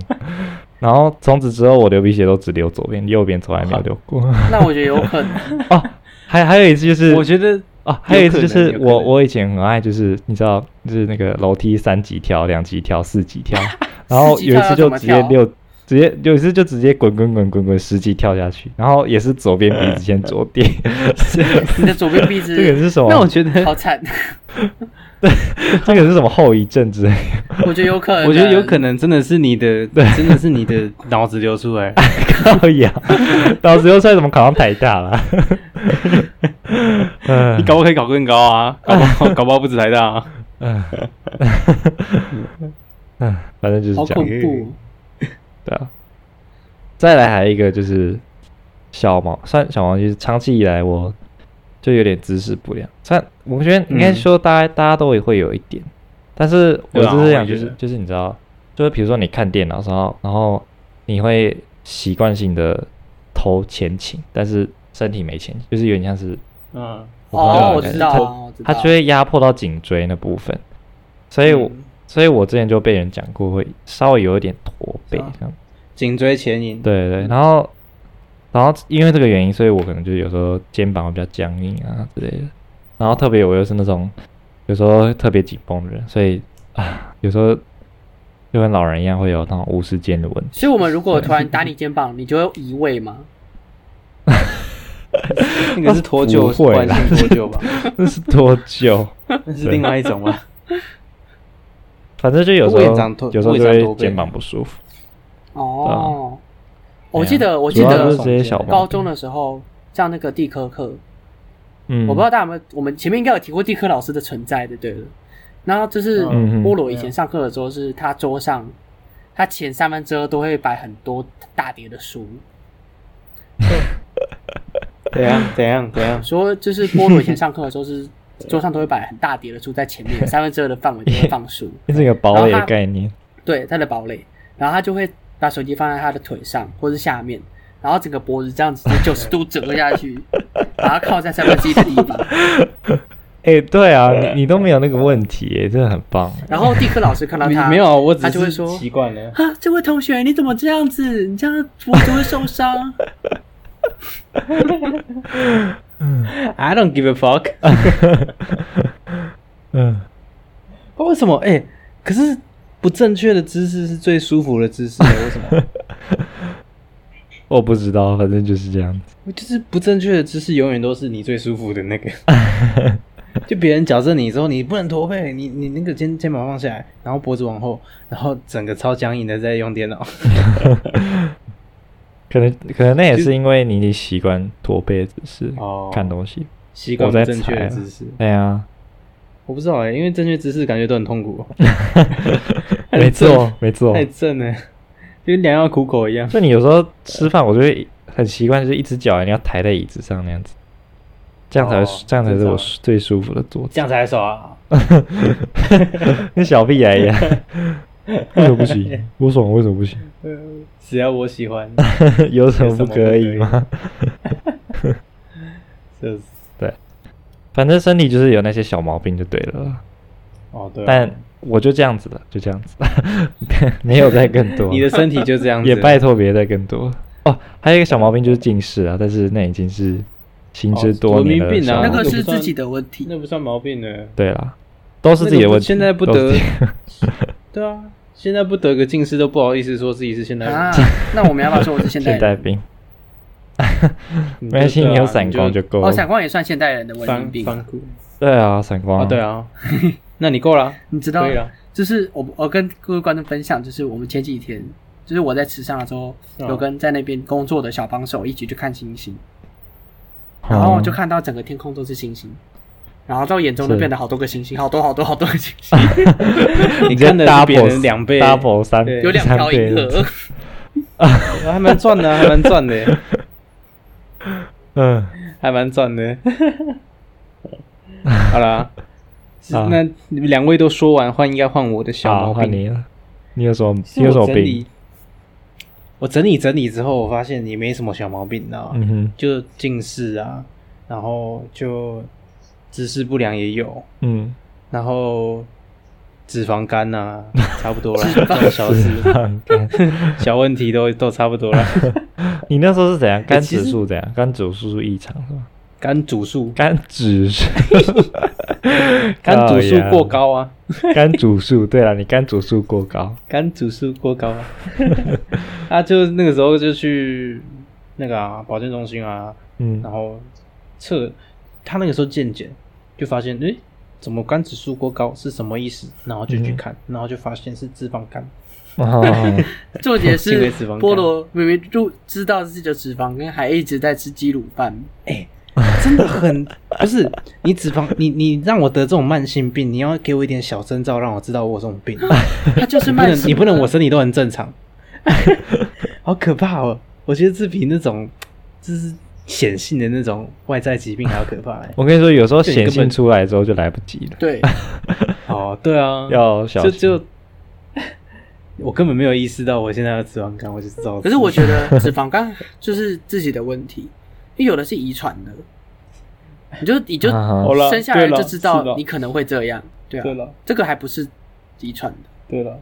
Speaker 2: 然后从此之后我流鼻血都只流左边，右边从来没有流过。
Speaker 1: 那我觉得有可能，
Speaker 2: 哦，还还有一次就是
Speaker 3: 我觉得
Speaker 2: 哦，还有一次就
Speaker 3: 有可能
Speaker 2: 是
Speaker 3: 有可
Speaker 2: 我
Speaker 3: 能
Speaker 2: 我以前很爱，就是你知道，就是那个楼梯三级跳、两级跳、四 级跳，然后有一次就直
Speaker 3: 啊
Speaker 2: 接六，直接有一次就直接滚滚滚滚滚十级跳下去，然后也是左边鼻子先着 地，
Speaker 1: 你的左边鼻
Speaker 2: 这个
Speaker 1: 子
Speaker 2: 是什么？
Speaker 3: 那我觉得
Speaker 1: 好惨，
Speaker 2: 这个是什么后遗症之类的？
Speaker 1: 我觉得有可能，
Speaker 3: 我觉得有可能真的是你 的，真的是你的脑子流出 来。
Speaker 2: 靠呀，老子又算怎么考上台大 了？
Speaker 3: 你
Speaker 2: 嗯
Speaker 3: 搞不好可以搞更高啊， 搞不好搞不好不止台大、啊。
Speaker 2: 嗯 嗯，反正就是
Speaker 1: 好
Speaker 2: 这
Speaker 1: 恐
Speaker 2: 样。
Speaker 1: 怖，
Speaker 2: 对啊。再来还有一个就是小毛，算小毛就是长期以来我就有点姿势不良，算我觉得
Speaker 3: 嗯
Speaker 2: 应该说大家、大家都会有一点，但是我
Speaker 3: 对啊
Speaker 2: 就是想
Speaker 3: 我也
Speaker 2: 就
Speaker 3: 觉
Speaker 2: 是
Speaker 3: 得
Speaker 2: 就是你知道，就是比如说你看电脑然后然后你会习惯性的头前倾，但是身体没前倾，就是有点像是
Speaker 3: 嗯，
Speaker 2: 不知道哎
Speaker 1: 哦，我
Speaker 2: 就是
Speaker 1: 知道
Speaker 2: 它
Speaker 1: 啊，我知道
Speaker 2: 它就会压迫到颈椎那部分，所以我、
Speaker 3: 嗯
Speaker 2: 所以我之前就被人讲过会稍微有一点驼背
Speaker 3: 是啊
Speaker 2: 这样。
Speaker 3: 颈椎前引。，
Speaker 2: 对
Speaker 1: 嗯
Speaker 2: 对，然后然后因为这个原因，所以我可能就有时候肩膀会比较僵硬啊之类的。然后特别我又是那种有时候特别紧绷的人，所以啊，有时候就跟老人一样会有那种无时间的问题。
Speaker 1: 所以我们如果突然打你肩膀，你就会移位吗？
Speaker 3: 那个是脱臼，
Speaker 2: 不会
Speaker 3: 惯
Speaker 2: 啦
Speaker 3: 性脱臼吧？
Speaker 2: 那是多久？
Speaker 3: 那是另外一种吧。
Speaker 2: 反正就有时
Speaker 3: 胃胀
Speaker 2: 候
Speaker 3: 痛
Speaker 2: 有时候
Speaker 3: 胃
Speaker 2: 就
Speaker 3: 胀
Speaker 2: 会
Speaker 3: 痛
Speaker 2: 肩
Speaker 3: 背
Speaker 2: 膀不舒服。
Speaker 1: 哦，我记
Speaker 2: 啊对啊
Speaker 1: 得我
Speaker 2: 主
Speaker 1: 记
Speaker 2: 要就是
Speaker 1: 得
Speaker 2: 这些小毛病
Speaker 1: 高中的时候上那个地科课，
Speaker 2: 嗯，
Speaker 1: 我不知道大家有没有，我们前面应该有提过地科老师的存在的，对了。然后就是
Speaker 2: 嗯嗯
Speaker 1: 菠萝以前上课的时候，是他桌上，他前三分之二都会摆很多大叠的书，
Speaker 3: 怎样？怎样？怎样？
Speaker 1: 说就是菠萝以前上课的时候 是桌上都会摆很大叠的书在前面， 三分之二的范围都会放书，
Speaker 2: 这是一个堡垒
Speaker 1: 然后
Speaker 2: 的
Speaker 1: 它
Speaker 2: 概念。
Speaker 1: 对他的堡垒，然后他就会把手机放在他的腿上或是下面，然后整个脖子这样子九十度折下去， 把它靠在三分之一的地方。
Speaker 2: 哎、对啊，你你都没有那个问题耶，真的很棒。
Speaker 1: 然后地科老师看到他
Speaker 3: 没有啊，我只
Speaker 1: 他就会
Speaker 3: 是
Speaker 1: 说
Speaker 3: 习惯了。
Speaker 1: 啊，这位同学，你怎么这样子？你这样脖子会受 伤。
Speaker 3: I don't give a fuck。
Speaker 2: 嗯，
Speaker 3: 不知道为什么？哎、可是不正确的姿势是最舒服的姿势、为什么？
Speaker 2: 我不知道，反正就是这样子。
Speaker 3: 就是不正确的姿势永远都是你最舒服的那个。就别人矫正你之后，你不能驼背，你你那个肩肩膀放下来，然后脖子往后，然后整个超僵硬的在用电脑。
Speaker 2: 可能可能那也
Speaker 3: 就是
Speaker 2: 因为你你习惯驼背姿势
Speaker 3: 哦
Speaker 2: 看东西。
Speaker 3: 习惯
Speaker 2: 我在
Speaker 3: 不正确
Speaker 2: 猜啊
Speaker 3: 的姿势，
Speaker 2: 对 啊，
Speaker 3: 我不知道哎、因为正确姿势感觉都很痛苦，
Speaker 2: 没错
Speaker 3: 正
Speaker 2: 没错
Speaker 3: 太。正了，就跟良药苦口一样。
Speaker 2: 就你有时候吃饭，我就会很习惯，就是一只脚一定要抬在椅子上那样子，这样才会、
Speaker 3: 哦
Speaker 2: 这样才是我
Speaker 3: 正常
Speaker 2: 最舒服的坐 姿。
Speaker 3: 这样才爽啊！
Speaker 2: 跟小屁孩 一样，为什么不行？我爽，为什么不行？
Speaker 3: 只要我喜欢，
Speaker 2: 有什么不可以
Speaker 3: 有什
Speaker 2: 吗？
Speaker 3: 就是
Speaker 2: 反正身体就是有那些小毛病就对了啦，
Speaker 3: 哦对啊、
Speaker 2: 但我就这样子了，就这样子 了，没有再更多了。
Speaker 3: 你的身体就这样子，
Speaker 2: 也拜托别再更多啊哦。还有一个小毛病就是近视啊，但是那已经是行之多
Speaker 3: 哦
Speaker 2: 年的
Speaker 3: 文明病
Speaker 2: 小
Speaker 3: 啊
Speaker 2: 毛
Speaker 1: 那
Speaker 2: 病。
Speaker 1: 个是自己的问题，
Speaker 3: 那不算毛病呢。
Speaker 2: 对啦，都是自己的问题。
Speaker 3: 那个不现在不
Speaker 2: 都是自己
Speaker 3: 对啊，现
Speaker 1: 啊
Speaker 3: 在不得个近视都不好意思说自己是现代人。
Speaker 1: 啊，那我没办法说我是现代
Speaker 2: 现代
Speaker 1: 人，
Speaker 2: 病。没关系，
Speaker 3: 对啊
Speaker 2: 你有闪光就够
Speaker 1: 哦，
Speaker 2: 了。
Speaker 1: 闪光也算现代人的文明
Speaker 3: 反
Speaker 1: 病。
Speaker 3: 反骨
Speaker 2: 对啊，闪光。
Speaker 3: 啊，对 啊，那你够了，
Speaker 1: 你知道
Speaker 3: 可以，了，
Speaker 1: 就是我我跟各位观众分享，就是我们前几天，就是我在池上的时候，
Speaker 3: 嗯
Speaker 1: 有跟在那边工作的小帮手一起去看星星，
Speaker 2: 嗯，
Speaker 1: 然
Speaker 3: 哦
Speaker 1: 后就看到整个天空都是星星，然后到眼中就是哎变得好多个星星，好多好多好多个星星，
Speaker 3: 你
Speaker 2: 直接
Speaker 3: 看的是别
Speaker 2: double
Speaker 3: 人两倍
Speaker 2: double 三
Speaker 3: 对
Speaker 1: 有两条银
Speaker 2: 三倍
Speaker 1: 河。
Speaker 3: 还蛮赚 的啊，还蛮赚的，
Speaker 2: 嗯，
Speaker 3: 还蛮赚 的。好啦，是
Speaker 2: 好
Speaker 3: 那你们两位都说完，换应该换我的小
Speaker 2: 啊好，
Speaker 3: 毛
Speaker 2: 换
Speaker 3: 病。
Speaker 2: 你了。你有什么？
Speaker 3: 其
Speaker 2: 你
Speaker 3: 实我
Speaker 2: 有什么
Speaker 3: 整
Speaker 2: 病
Speaker 3: 理？，我整理整理之后，我发现也没什么小毛病，你知道吗？
Speaker 2: 嗯哼，
Speaker 3: 就近视啊，然后就姿势不良也有，
Speaker 2: 嗯，
Speaker 3: 然后脂肪肝啊，差不多啦， 这种小事
Speaker 2: 是很干。
Speaker 3: 小问题都 都差不多啦。
Speaker 2: 你那时候是怎样？肝
Speaker 3: 其实
Speaker 2: 指数怎样？肝指数异常是吧？
Speaker 3: 肝主数，
Speaker 2: 肝 指数，
Speaker 3: 肝主数过高啊，
Speaker 2: 肝主数，对了，你肝主数过高，
Speaker 3: 肝主数过高啊。啊，就那个时候就去那个啊保健中心啊，
Speaker 2: 嗯
Speaker 3: 然后测他那个时候健检就发现，诶、怎么肝指数过高是什么意思？然后就去
Speaker 2: 嗯
Speaker 3: 看，然后就发现是脂肪肝。
Speaker 2: 哦，
Speaker 1: 做解
Speaker 3: 轻
Speaker 1: 是
Speaker 3: 微脂肪肝
Speaker 1: 菠萝明明就知道自己的脂肪肝，还一直在吃鸡卤 饭，
Speaker 3: 哎、真的很 不是你脂肪，你你让我得这种慢性病，你要给我一点小征兆，让我知道我有这种病。
Speaker 1: 他就是
Speaker 3: 你不
Speaker 1: 慢
Speaker 3: 能，
Speaker 1: 性
Speaker 3: 你不能，我身体都很正常，好可怕哦！我觉得这比那种就是显性的那种外在疾病还要可怕、 哎
Speaker 2: 我跟你说，有时候
Speaker 3: 就你根
Speaker 2: 显
Speaker 3: 本
Speaker 2: 性出来之后就来不及了，
Speaker 1: 对，
Speaker 3: 哦，对啊，
Speaker 2: 要小
Speaker 3: 就
Speaker 2: 心。
Speaker 3: 就我根本没有意识到我现在有脂肪肝，我就知道。
Speaker 1: 可是我觉得脂肪肝就是自己的问题，因为有的是遗传的，你就你就
Speaker 2: 啊哈
Speaker 3: 好了
Speaker 1: 生下来
Speaker 3: 对了
Speaker 1: 就知
Speaker 3: 是的
Speaker 1: 道你可能会这样，对
Speaker 3: 对
Speaker 1: 啊，
Speaker 3: 了，
Speaker 1: 这个还不是遗传的，
Speaker 3: 对了，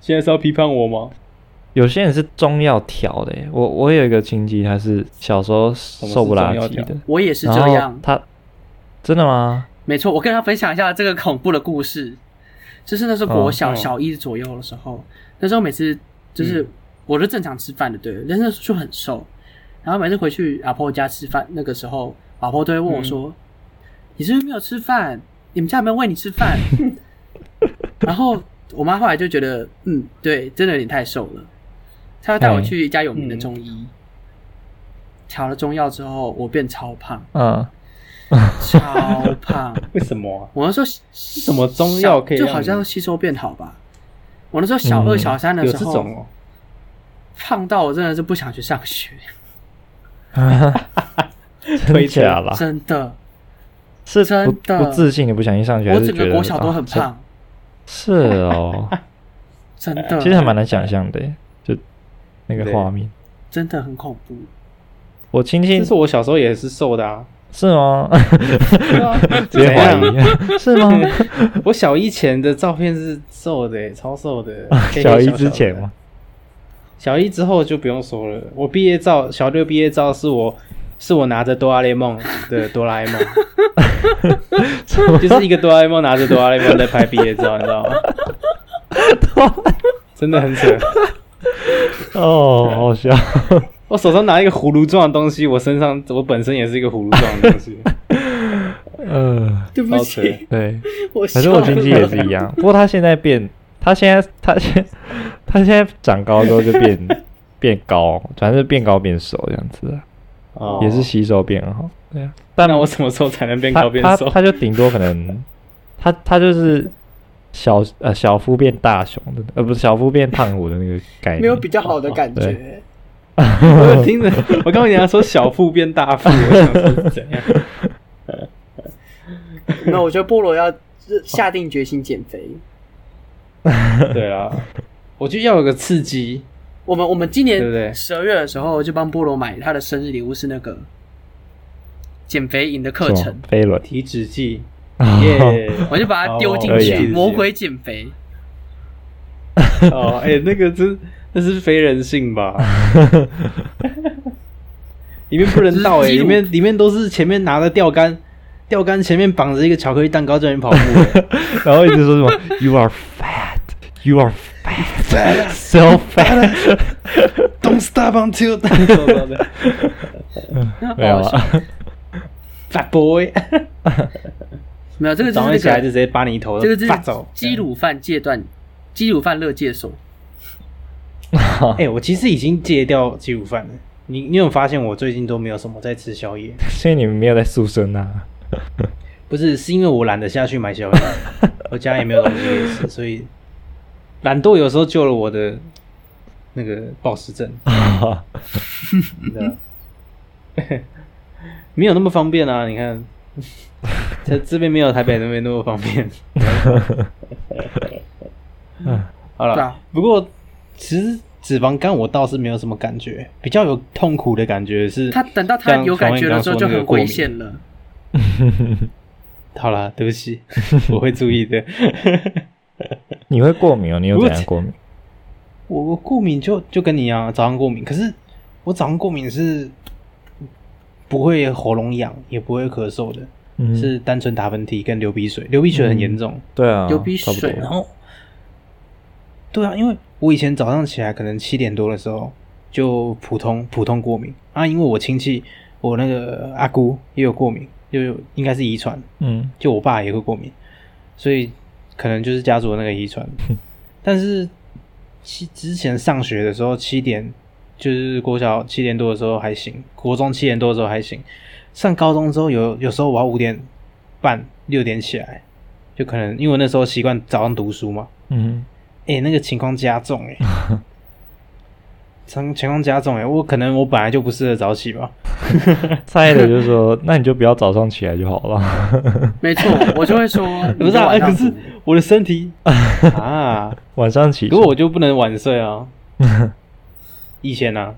Speaker 3: 现在是要批判我吗？
Speaker 2: 有些人是中药调的耶，我我有一个亲戚，他是小时候瘦不拉几
Speaker 3: 什么是中
Speaker 2: 的，
Speaker 1: 我也是
Speaker 2: 然
Speaker 1: 这
Speaker 2: 后
Speaker 1: 样，
Speaker 2: 他真的吗？
Speaker 1: 没错。我跟他分享一下这个恐怖的故事，就是那时候
Speaker 2: 哦
Speaker 1: 我小、
Speaker 3: 哦
Speaker 1: 小一左右的时候，那时候每次就是、
Speaker 3: 嗯
Speaker 1: 我就正常吃饭的，对了，但是那时候就很瘦，然后每次回去阿婆家吃饭，那个时候阿婆都会问我
Speaker 3: 嗯
Speaker 1: 说：“你是不是没有吃饭？你们家有没有喂你吃饭？” 然后我妈后来就觉得，嗯，对，真的有点太瘦了，她要带我
Speaker 2: 嗯
Speaker 1: 去一家有名的
Speaker 3: 嗯
Speaker 1: 中医，调、了中药之后，我变超胖，
Speaker 2: 嗯，
Speaker 1: 超胖。
Speaker 3: 为什么啊、
Speaker 1: 我那时候什
Speaker 3: 什么中药可以
Speaker 1: 就
Speaker 3: 让
Speaker 1: 好像
Speaker 3: 你
Speaker 1: 吸收变好吧？我那时候小二、
Speaker 2: 嗯
Speaker 1: 小三的
Speaker 3: 有
Speaker 1: 时
Speaker 3: 这
Speaker 1: 候，
Speaker 3: 种哦、
Speaker 1: 胖到我真的是不想去上学，
Speaker 2: 真假啦，
Speaker 1: 真的。
Speaker 2: 是
Speaker 1: 真
Speaker 2: 不
Speaker 1: 的
Speaker 2: 不自信，你不想去上学，
Speaker 1: 我
Speaker 2: 还是
Speaker 1: 整
Speaker 2: 觉
Speaker 1: 个
Speaker 2: 得
Speaker 1: 国小都很
Speaker 2: 啊
Speaker 1: 胖，
Speaker 2: 是是 哦，
Speaker 1: 真的，
Speaker 2: 其实还蛮难想象的耶，就那个
Speaker 3: 对
Speaker 2: 画面。
Speaker 1: 真的很恐怖。
Speaker 2: 我亲戚
Speaker 3: 这是我小时候也是瘦的啊。
Speaker 2: 是吗？
Speaker 3: 对 啊
Speaker 2: 直接
Speaker 3: 怎
Speaker 2: 怀
Speaker 3: 样
Speaker 2: 疑 是吗？。
Speaker 3: 我小一前的照片是瘦的欸、超瘦的黑黑
Speaker 2: 小一
Speaker 3: 小
Speaker 2: 之前
Speaker 3: 的
Speaker 2: 吗？？
Speaker 3: 小一之后就不用说了。我毕业照，小六毕业照是我是我拿着哆啦 A 梦的哆啦 A 梦，就是一个哆啦 A 梦拿着哆啦 A 梦在拍毕业照，你知道吗？真的很扯。
Speaker 2: 哦，好 笑，
Speaker 3: 我手上拿一个葫芦状的东西，我身上我本身也是一个葫芦状的东西，嗯
Speaker 2: 呃，
Speaker 1: 对不
Speaker 3: 超扯。
Speaker 1: 起，
Speaker 2: 对，
Speaker 1: 我
Speaker 2: 反
Speaker 1: 笑
Speaker 2: 正我亲戚也
Speaker 1: 了。
Speaker 2: 是一 样，不过他现在变，他现在他现他现在长高之后就变变高，反正变高变瘦这样子啊，
Speaker 3: 哦
Speaker 2: 也是吸收变好。对啊，
Speaker 3: 但我什么时候才能变
Speaker 2: 他
Speaker 3: 高变
Speaker 2: 他
Speaker 3: 瘦？
Speaker 2: 他就顶多可能，他他就是小呃小夫变大熊的，呃不是小夫变胖虎的那个概念，
Speaker 1: 没有比较好的感觉
Speaker 2: 对，
Speaker 3: 我有听着，我刚刚人家说小腹变大腹，我想说是怎样？
Speaker 1: 那我觉得菠萝要下定决心减肥。
Speaker 3: 对啊，我就要有个刺激。
Speaker 1: 我们我们今
Speaker 3: 对不对
Speaker 1: 年十二月的时候就帮菠萝买他的生日礼物是那个减肥营的课
Speaker 2: 什
Speaker 1: 程
Speaker 2: 么，飞轮，
Speaker 3: 体脂计，
Speaker 2: 耶
Speaker 3: 耶！
Speaker 1: 我就把它丢进
Speaker 2: 哦可
Speaker 1: 去
Speaker 2: 以
Speaker 1: 《魔鬼减肥
Speaker 3: 哦，哎、那个真那是非人性 吧？里面不人道哎、
Speaker 1: 这是基
Speaker 3: 里
Speaker 1: 础
Speaker 3: 面里面都是前面拿着钓竿，钓竿前面绑着一个巧克力蛋糕叫你跑步、 欸，
Speaker 2: 然后一直说什么 “You are fat, you are fat, so fat”，
Speaker 3: Don't stop until 什么什么的
Speaker 2: 没有
Speaker 1: 好好
Speaker 2: 啊，
Speaker 3: Fat boy，
Speaker 1: 没有这个就
Speaker 3: 早
Speaker 1: 是、
Speaker 3: 上
Speaker 1: 那
Speaker 3: 起来就
Speaker 1: 个
Speaker 3: 直接把你头
Speaker 1: 这个就
Speaker 3: 发走
Speaker 1: 是。基鲁饭戒断，基鲁饭乐戒手。
Speaker 3: 哎、我其实已经戒掉鸡乳饭了。你你有发现我最近都没有什么在吃宵夜？
Speaker 2: 所以你们没有在宿舍 啊？
Speaker 3: 不是，是因为我懒得下去买宵夜，我家也没有东西可以吃，所以懒惰有时候救了我的那个暴食症，真的没有那么方便啊！你 看，这这边没有台北那边那么方便。好
Speaker 1: 对
Speaker 3: 了
Speaker 1: 啊，
Speaker 3: 不过其实脂肪肝我倒是没有什么感觉，比较有痛苦的感觉是
Speaker 1: 他等到他
Speaker 3: 像
Speaker 1: 有感
Speaker 3: 黄
Speaker 1: 觉
Speaker 3: 燕
Speaker 1: 的
Speaker 3: 刚
Speaker 1: 时候
Speaker 3: 说
Speaker 1: 就
Speaker 3: 那个
Speaker 1: 很
Speaker 3: 过
Speaker 1: 危
Speaker 3: 敏
Speaker 1: 险了。
Speaker 3: 好啦，对不起，我会注意的。
Speaker 2: 你会过敏哦？你有怎样过敏？
Speaker 3: 我我过敏就就跟你一啊样，早上过敏。可是我早上过敏是不会喉咙痒，也不会咳嗽的，
Speaker 2: 嗯，
Speaker 3: 是单纯打喷嚏跟流鼻水，流鼻水很严重。
Speaker 2: 对啊，
Speaker 1: 流鼻
Speaker 2: 差不多
Speaker 1: 水
Speaker 3: 然后，对啊，因为我以前早上起来可能七点多的时候就普通普通过敏啊，因为我亲戚我那个阿姑也有过敏，又有应该是遗传，
Speaker 2: 嗯，
Speaker 3: 就我爸也会过敏，所以可能就是家族的那个遗传。但是七之前上学的时候，七点就是国小七点多的时候还行，国中七点多的时候还行，上高中之后有有时候我要五点半六点起来，就可能因为我那时候习惯早上读书嘛，
Speaker 2: 嗯
Speaker 3: 哎、那个情况加重哎、 欸。情情况加重哎、我可能我本来就不适合早起吧，
Speaker 2: 哼，再的就是说，那你就不要早上起来就好了，
Speaker 1: 没错，我就 会说，
Speaker 3: 不
Speaker 1: 你
Speaker 3: 是
Speaker 1: 就
Speaker 3: 啊，
Speaker 1: 晚
Speaker 3: 哎
Speaker 1: 上
Speaker 3: 可是
Speaker 1: 读
Speaker 3: 我的身 体啊，
Speaker 2: 晚上起
Speaker 3: 可。我就不能晚睡 啊。以前啊，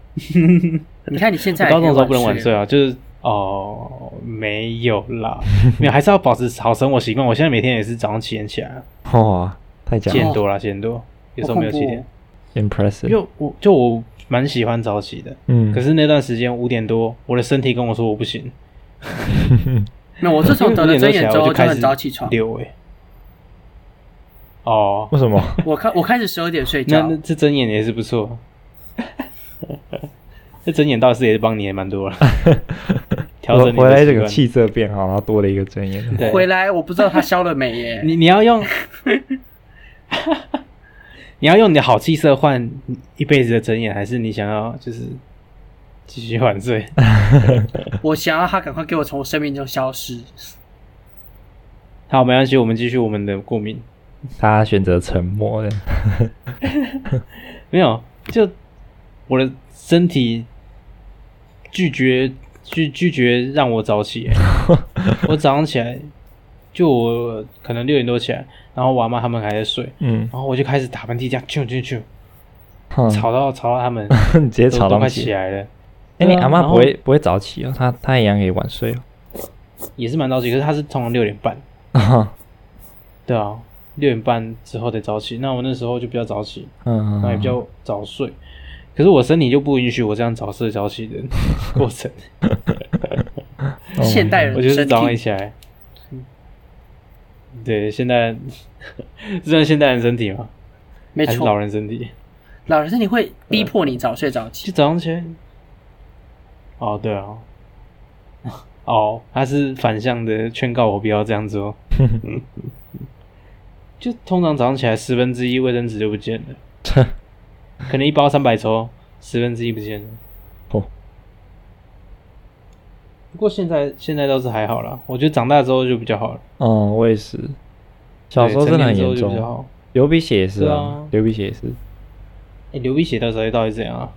Speaker 1: 你看你现
Speaker 3: 我
Speaker 1: 在
Speaker 3: 高中的时候不能
Speaker 1: 也可以
Speaker 3: 晚睡啊，就是哦，没有 啦，没有，还是要保持好生活习惯。我现在每天也是早上七点起来啊，
Speaker 2: 哇，太
Speaker 1: 啊
Speaker 3: 七
Speaker 2: 强
Speaker 3: 点
Speaker 2: 了
Speaker 3: 多啦，七点
Speaker 1: 哦
Speaker 3: 多，有时候没有七点，因
Speaker 2: ，impressive。
Speaker 3: 为我就我蛮喜欢早起的，
Speaker 2: 嗯，
Speaker 3: 可是那段时间五点多，我的身体跟我说我不行，
Speaker 1: 没有，我自从得
Speaker 3: 因为
Speaker 1: 了真
Speaker 3: 5点多起
Speaker 1: 眼
Speaker 3: 来
Speaker 1: 之
Speaker 3: 我
Speaker 1: 后就
Speaker 3: 开
Speaker 1: 很
Speaker 3: 始
Speaker 1: 早起床，
Speaker 3: 溜哎、哦，
Speaker 2: 为什么？
Speaker 1: 我开我开始十二点睡
Speaker 3: 那
Speaker 1: 觉
Speaker 3: 那，这睁眼也是不错， 这睁眼倒是也是帮你也蛮多了， 调整
Speaker 2: 我
Speaker 3: 你的
Speaker 2: 回来
Speaker 3: 习
Speaker 2: 整个
Speaker 3: 惯
Speaker 2: 气色变好，然后多了一个针眼。
Speaker 3: 对
Speaker 1: 回来我不知道他消了没耶。
Speaker 3: 你你要用，你要用你的好气色换一辈子的睁眼，还是你想要就是继续晚睡？
Speaker 1: 我想要他赶快给我从我生命中消失。
Speaker 3: 好，没关系，我们继续我们的过敏。
Speaker 2: 他选择沉默的，
Speaker 3: 没有，就我的身体拒绝拒拒绝让我早 起、我早上起来就我可能六点多起来，然后我阿妈他们还在睡，
Speaker 2: 嗯，
Speaker 3: 然后我就开始打喷嚏，这样啾啾啾，
Speaker 2: 哼
Speaker 3: 吵到吵到他们
Speaker 2: 你直接
Speaker 3: 都
Speaker 2: 嗯吵
Speaker 3: 都
Speaker 2: 到
Speaker 3: 快
Speaker 2: 起
Speaker 3: 起。来了。
Speaker 2: 哎，你阿妈
Speaker 3: 然
Speaker 2: 不
Speaker 3: 后
Speaker 2: 会不会早起哦，她她一样可以晚睡
Speaker 3: 也是蛮早起，可是他是通常六点半，
Speaker 2: 哦。
Speaker 3: 对啊，六点半之后得早起。那我那时候就比较早起，
Speaker 2: 嗯，
Speaker 3: 然后也比较早睡。可是我身体就不允许我这样早睡早起的过程，
Speaker 2: 哦
Speaker 1: 现代人
Speaker 3: 我就是
Speaker 1: 身
Speaker 3: 早上一
Speaker 1: 体，
Speaker 3: 起来，对，现 代这算现代人身体吗？
Speaker 1: 没
Speaker 3: 还是老
Speaker 1: 错，
Speaker 3: 人身体？
Speaker 1: 老人身体会逼迫你早睡早起
Speaker 3: 就。早上起来，哦，对啊， 哦，他是反向的劝告我不要这样做。 就通常早上起来十分之一卫生纸就不见了。可能一包三百抽，十分之一不见了。
Speaker 2: 哦，
Speaker 3: 不过现在现在倒是还好啦，我觉得长大之后就比较好了。
Speaker 2: 嗯，我也是。小时候
Speaker 3: 对
Speaker 2: 真的很
Speaker 3: 成年
Speaker 2: 严
Speaker 3: 之后就比较
Speaker 2: 重，
Speaker 3: 好。
Speaker 2: 流鼻血也是
Speaker 3: 对
Speaker 2: 啊
Speaker 3: 啊，
Speaker 2: 流鼻血也是。
Speaker 3: 哎、流鼻血到时候到底怎样啊？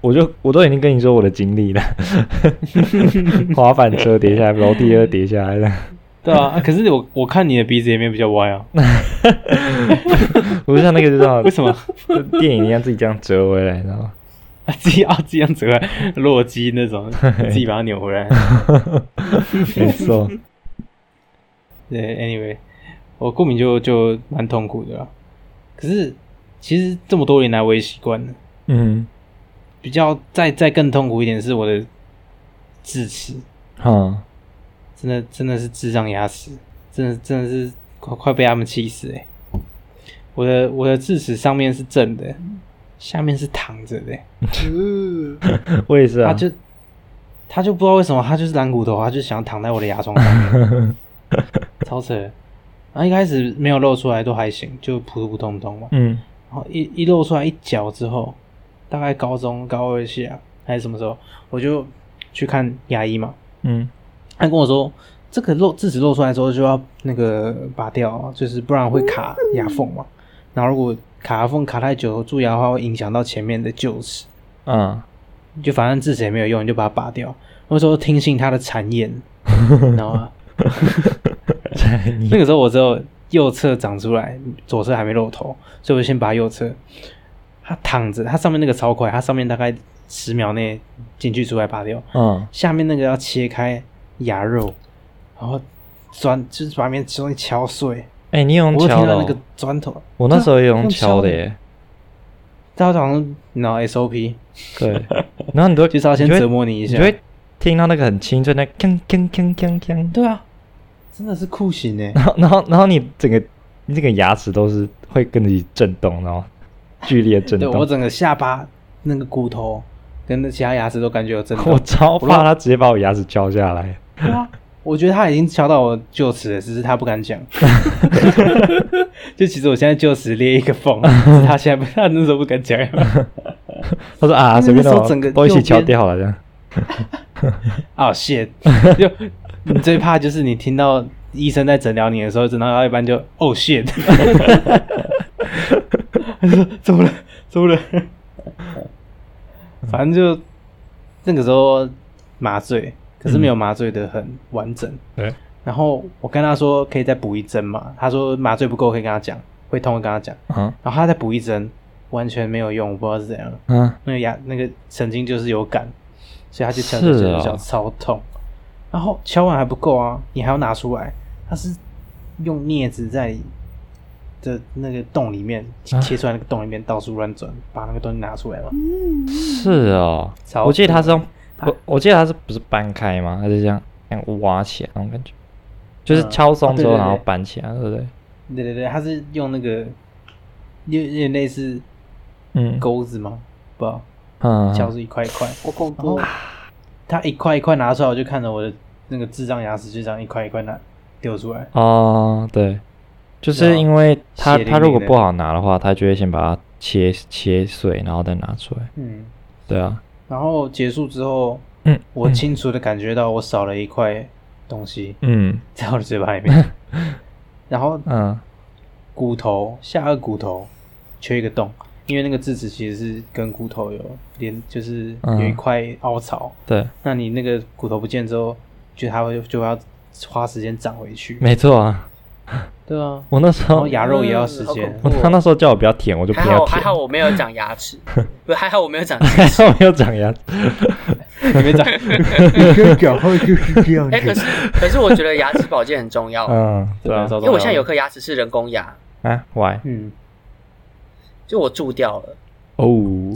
Speaker 2: 我就我都已经跟你说我的经历 了，滑板车跌下来，楼梯又跌下来了，
Speaker 3: 对啊，啊可是我我看你的鼻子也没有比较歪啊，
Speaker 2: 我就像那个就这样
Speaker 3: 为什么？
Speaker 2: 电影一样自己这样折回来，然后
Speaker 3: 啊自己啊自己这样折来落肌那种，自己把它扭回来。
Speaker 2: 没错，
Speaker 3: 对，anyway，我过敏就就蛮痛苦的啦。啊可是其实这么多年来我也习惯了。
Speaker 2: 嗯，
Speaker 3: 比较再再更痛苦一点是我的智齿，
Speaker 2: 哈，
Speaker 3: 真的真的是智障牙齿，真的真的是快快被他们气死哎、欸！我的我的智齿上面是正的，下面是躺着的欸、
Speaker 1: 嗯
Speaker 2: 我也是
Speaker 3: 它
Speaker 2: 啊，
Speaker 3: 就他就不知道为什么，他就是蓝骨头，他就想躺在我的牙床上面，超扯。然后一开始没有露出来都还行，就普普通通嘛。
Speaker 2: 嗯，
Speaker 3: 然后一一露出来一脚之后，大概高中高二下还是什么时候，我就去看牙医嘛。
Speaker 2: 嗯，
Speaker 3: 他跟我说，这个露智齿露出来之后就要那个拔掉，啊就是不然会卡牙缝嘛。然后如果卡牙缝卡太久蛀牙的话，会影响到前面的臼齿。
Speaker 2: 啊，
Speaker 3: 就反正智齿也没有用，你就把它拔掉。我说听信他的谗言，你知道 吗？那个时候我只有右侧长出来，左侧还没露头，所以我先拔右侧。他躺着，他上面那个超快，他上面大概十秒内进去出来拔掉，
Speaker 2: 嗯，
Speaker 3: 下面那个要切开牙肉，然后砖就是把面东西敲碎。
Speaker 2: 哎，你也用
Speaker 3: 我就听
Speaker 2: 敲的
Speaker 3: 到那个
Speaker 2: 哦？
Speaker 3: 砖头，啊
Speaker 2: 我那时候也用
Speaker 3: 用
Speaker 2: 敲
Speaker 3: 敲
Speaker 2: 的
Speaker 3: 的
Speaker 2: 耶，
Speaker 3: 他好像拿 SOP，
Speaker 2: 对，然后你 都
Speaker 3: 就是要先
Speaker 2: 你就会
Speaker 3: 折磨你一
Speaker 2: 你
Speaker 3: 下
Speaker 2: 就。会听到那个很清脆的锵锵锵锵锵，
Speaker 3: 对啊，真的是酷刑哎、
Speaker 2: 然后然后然后你整个你整个牙齿都是会跟着一起震动，然后剧烈震
Speaker 3: 对
Speaker 2: 动
Speaker 3: 我。整个下巴那个骨头跟那其他牙齿都感觉有震
Speaker 2: 我
Speaker 3: 动。
Speaker 2: 超怕他直接把我牙齿敲下来。
Speaker 3: 对啊，我觉得他已经敲到我臼齿了，只是他不敢讲。 就其实我现在臼齿裂一个缝，只是他现在不，他那时候不敢讲。
Speaker 2: 他说啊，
Speaker 3: 那
Speaker 2: 随便
Speaker 3: 时候
Speaker 2: 弄
Speaker 3: 整个
Speaker 2: 都一起
Speaker 3: 右
Speaker 2: 敲
Speaker 3: 边
Speaker 2: 掉了这样。
Speaker 3: 哦、shit！就你最怕就是你听到医生在诊疗你的时候，诊疗到一半就哦、shit！他说怎么了？怎么了？反正就那个时候麻醉，可是没有麻醉的很完整。
Speaker 2: 对，
Speaker 3: 然后我跟他说可以再补一针嘛，他说麻醉不够可以跟他讲，会痛会跟他讲。
Speaker 2: 啊
Speaker 3: 然后他再补一针，完全没有用，我不知道是怎样。
Speaker 2: 啊，
Speaker 3: 那个牙那个神经就是有感，所以他就敲
Speaker 2: 是
Speaker 3: 敲敲敲
Speaker 2: 哦
Speaker 3: 超痛。然后敲完还不够啊，你还要拿出来，他是用镊子在的那个洞里面
Speaker 2: 啊
Speaker 3: 切出来那个洞里面到处乱转，把那个东西拿出来嘛。
Speaker 2: 是哦，
Speaker 3: 超
Speaker 2: 我记得他是用
Speaker 3: 痛
Speaker 2: 我我记得他是不是搬开吗？他是这样这样挖起来那种感觉，就是
Speaker 3: 嗯
Speaker 2: 敲松之后
Speaker 3: 对对对
Speaker 2: 然后搬起来，对不对？
Speaker 3: 对对对，他是用那个有有点类似
Speaker 2: 嗯，
Speaker 3: 钩子吗？不知道，
Speaker 2: 嗯，
Speaker 3: 敲是一块一块，
Speaker 1: 好恐怖哦，
Speaker 3: 他一块一块拿出来，我就看着我的那个智障牙齿就这样一块一块拿丢出来。
Speaker 2: 哦，对，就
Speaker 3: 然
Speaker 2: 是
Speaker 3: 后
Speaker 2: 因为它
Speaker 3: 血淋
Speaker 2: 它如
Speaker 3: 淋
Speaker 2: 果
Speaker 3: 的
Speaker 2: 不好拿的话，它就会先把它切切碎，然后再拿出来。
Speaker 3: 嗯，
Speaker 2: 对啊，
Speaker 3: 然后结束之后，
Speaker 2: 嗯，
Speaker 3: 我清楚的感觉到我少了一块东西
Speaker 2: 嗯
Speaker 3: 在我的嘴巴里 面，然后
Speaker 2: 嗯
Speaker 3: 骨头下颚骨头缺一个洞，因为那个智齿其实是跟骨头有连，就是有一
Speaker 2: 嗯
Speaker 3: 块凹槽。
Speaker 2: 对，
Speaker 3: 那你那个骨头不见之后，就它会就要花时间长回去。
Speaker 2: 没哦错啊。
Speaker 3: 对啊，
Speaker 2: 我那时
Speaker 3: 然
Speaker 2: 候
Speaker 3: 后牙肉也要时间
Speaker 1: 嗯好恐。怖
Speaker 2: 我他那时候叫我不要舔，我就不
Speaker 1: 还好
Speaker 2: 要
Speaker 1: 还
Speaker 2: 舔。
Speaker 1: 好我没有长牙齿，不还好我没有长牙
Speaker 2: 还
Speaker 1: 齿。
Speaker 2: 好没有长牙，
Speaker 3: 你没长， 你跟讲话哎就是这样
Speaker 1: 哎、可是可是我觉得牙齿保健很重
Speaker 3: 哦
Speaker 1: 要，
Speaker 2: 嗯，对啊，
Speaker 1: 因为我现在有颗牙齿是人工牙，
Speaker 2: 啊，why？
Speaker 3: 嗯
Speaker 1: 就我蛀掉了。
Speaker 2: 哦，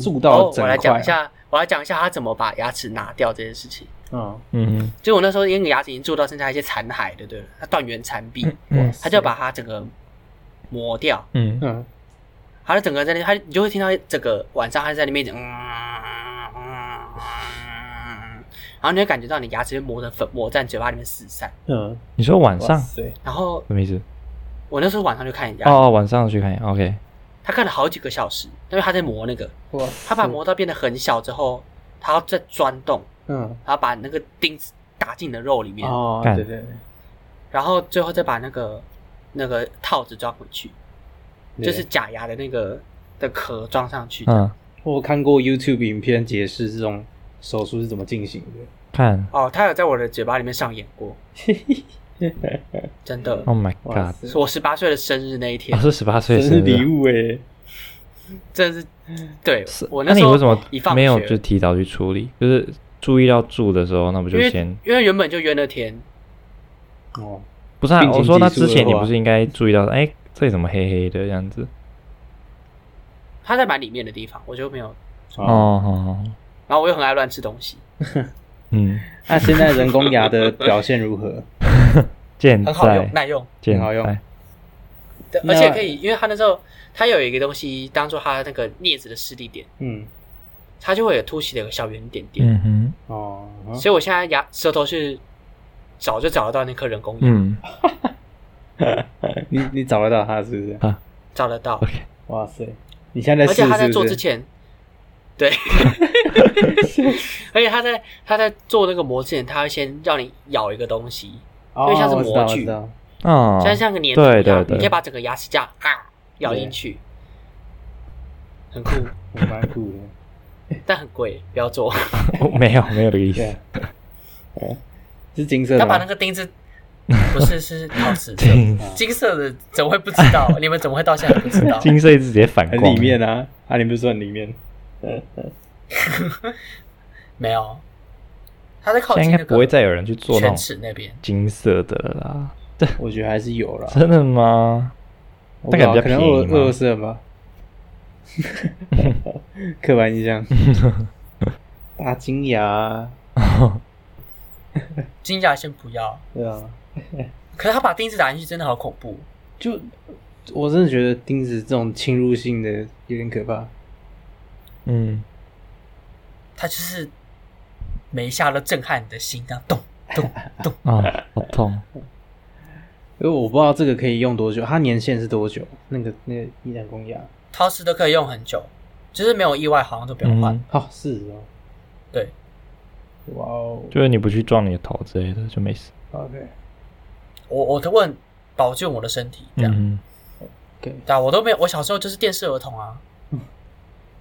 Speaker 3: 蛀
Speaker 1: 然
Speaker 3: 到
Speaker 1: 后
Speaker 3: 整
Speaker 1: 我
Speaker 3: 块。
Speaker 1: 来讲一下，我来讲一下他怎么把牙齿拿掉这件事情。
Speaker 3: 嗯，
Speaker 2: 嗯
Speaker 1: 就我那时候因为牙齿已经蛀到剩下一些残骸，对不对？它断垣残壁，
Speaker 2: 嗯
Speaker 1: 他就要把它整个磨掉。
Speaker 2: 嗯嗯
Speaker 3: 嗯
Speaker 1: 他就整个在那，他你就会听到整个晚上他在那边讲，嗯嗯嗯，然后你会感觉到你牙齿被磨得粉末在你嘴巴里面四散。
Speaker 3: 嗯，
Speaker 2: 你说晚
Speaker 3: 哇
Speaker 2: 上
Speaker 3: 塞，
Speaker 1: 然后
Speaker 2: 什么意思？
Speaker 1: 我那时候晚上就看人家，
Speaker 2: 哦，晚上去看一下，OK，
Speaker 1: 他看了好几个小时，因为他在磨那个，
Speaker 3: 哇，
Speaker 1: 他把磨到变得很小之后，他要再钻洞，
Speaker 3: 嗯
Speaker 1: 然后把那个钉子打进你的肉里面，
Speaker 3: 哦，
Speaker 2: 干
Speaker 3: 对对对。
Speaker 1: 然后最后再把那个那个套子装回去，
Speaker 3: 对
Speaker 1: 就是假牙的那个的壳装上去。
Speaker 2: 嗯，
Speaker 3: 我有看过 YouTube 影片解释这种手术是怎么进行的。
Speaker 2: 看
Speaker 1: 哦，他有在我的嘴巴里面上演 过，真的。
Speaker 2: ，Oh my
Speaker 3: 哇
Speaker 2: God，哦
Speaker 3: 塞，
Speaker 1: 是我十八岁的生日那一天
Speaker 2: 我，是十八岁
Speaker 3: 真
Speaker 2: 生
Speaker 3: 是
Speaker 2: 日啊
Speaker 3: 礼物哎！
Speaker 1: 真的是对
Speaker 2: 是，
Speaker 1: 我
Speaker 2: 那
Speaker 1: 时
Speaker 2: 你
Speaker 1: 候
Speaker 2: 为什
Speaker 1: 一放
Speaker 2: 么
Speaker 1: 学
Speaker 2: 没有就提早去处理？就是注意到住的时候，那不
Speaker 1: 因
Speaker 2: 就
Speaker 1: 为
Speaker 2: 先
Speaker 1: 因为原本就约那天，
Speaker 3: 哦，
Speaker 2: 不是、啊？
Speaker 3: 病情
Speaker 2: 我说那
Speaker 3: 急速
Speaker 2: 之
Speaker 3: 的
Speaker 2: 前你
Speaker 3: 话
Speaker 2: 不是应该注意到？哎、这里怎么黑黑的这样子？
Speaker 1: 他在蛮里面的地方，我就没有。
Speaker 2: 哦，哦，哦
Speaker 1: 然后我又很爱乱吃东西，
Speaker 2: 嗯，
Speaker 3: 那现在人工牙的表现如何？
Speaker 2: 健
Speaker 1: 很好用，
Speaker 2: 在，
Speaker 1: 耐用。
Speaker 2: 健
Speaker 3: 很好用
Speaker 2: 在，
Speaker 1: 对，
Speaker 3: 那
Speaker 1: 而且可以，因为他那时候他有一个东西当做他那个镊子的施力点，
Speaker 3: 嗯，
Speaker 1: 它就会有凸起的一个小圆点点。
Speaker 2: 嗯哼，
Speaker 3: 哦，
Speaker 1: 所以我现在牙舌头去找就找得到那颗人工牙，
Speaker 2: 嗯，
Speaker 3: 你你找得到他是不是？
Speaker 1: 找得到，
Speaker 3: 哇塞，你现在在
Speaker 1: 而
Speaker 3: 试
Speaker 1: 且他在
Speaker 3: 是
Speaker 1: 做
Speaker 3: 不
Speaker 1: 之
Speaker 3: 是？
Speaker 1: 前，对，而且他在他在做那个膜之前，他会先让你咬一个东西，
Speaker 3: 哦，
Speaker 1: 因为像是
Speaker 3: 我知道
Speaker 1: 模具
Speaker 3: 我知道
Speaker 2: 啊，
Speaker 1: 像像个粘土
Speaker 2: 对
Speaker 1: 一样，
Speaker 2: 对对
Speaker 1: 你可以把整个牙齿这样啊咬进去，很酷，
Speaker 3: 我蛮酷的。
Speaker 1: 但很贵，不要做。
Speaker 2: 我 没有没有这个意思
Speaker 3: 对，啊，哦，是金色
Speaker 1: 要
Speaker 3: 的
Speaker 1: 把那
Speaker 3: 吗？
Speaker 1: 个钉子，不是是陶 瓷的，
Speaker 2: 金
Speaker 1: 金色的怎么会不知 道？你们怎么会到现在还不知道？
Speaker 2: 金色一直直接反
Speaker 3: 很
Speaker 2: 光，
Speaker 3: 里面啊，啊，你不是说很里面？
Speaker 1: 没有，它在靠
Speaker 2: 现在
Speaker 1: 近
Speaker 2: 应
Speaker 1: 那
Speaker 2: 该不会
Speaker 1: 个
Speaker 2: 再有人去做那
Speaker 1: 犬
Speaker 2: 种
Speaker 1: 齿那边。
Speaker 2: 金色的了啦，
Speaker 3: 我觉得还是有啦，
Speaker 2: 真的吗？
Speaker 3: 我不知道
Speaker 2: 那个比
Speaker 3: 可
Speaker 2: 较
Speaker 3: 能俄
Speaker 2: 便宜吗
Speaker 3: 俄罗斯人 吧，刻板印 象。大金牙，
Speaker 1: 金牙先不要，
Speaker 3: 对啊，
Speaker 1: 可是他把钉子打进去真的好恐怖。
Speaker 3: 就我真的觉得钉子这种侵入性的有点可怕。
Speaker 2: 嗯，。
Speaker 1: 他就是每一下都震撼你的心，这样咚咚咚
Speaker 2: 啊，好痛，
Speaker 3: 因为我不知道这个可以用多久，它年限是多久？那个那个伊兰公牙，啊
Speaker 1: 陶瓷都可以用很久，就是没有意外，好像都不用换。
Speaker 2: 嗯，
Speaker 3: 哦，是哦，
Speaker 1: 对，
Speaker 3: 哇哦
Speaker 2: 就是你不去撞你的头之类的就没事，
Speaker 3: ，OK
Speaker 1: 我我都问保健我的身体，这样。
Speaker 2: 嗯
Speaker 3: OK，
Speaker 1: 对啊，我都没有，我小时候就是电视儿童啊。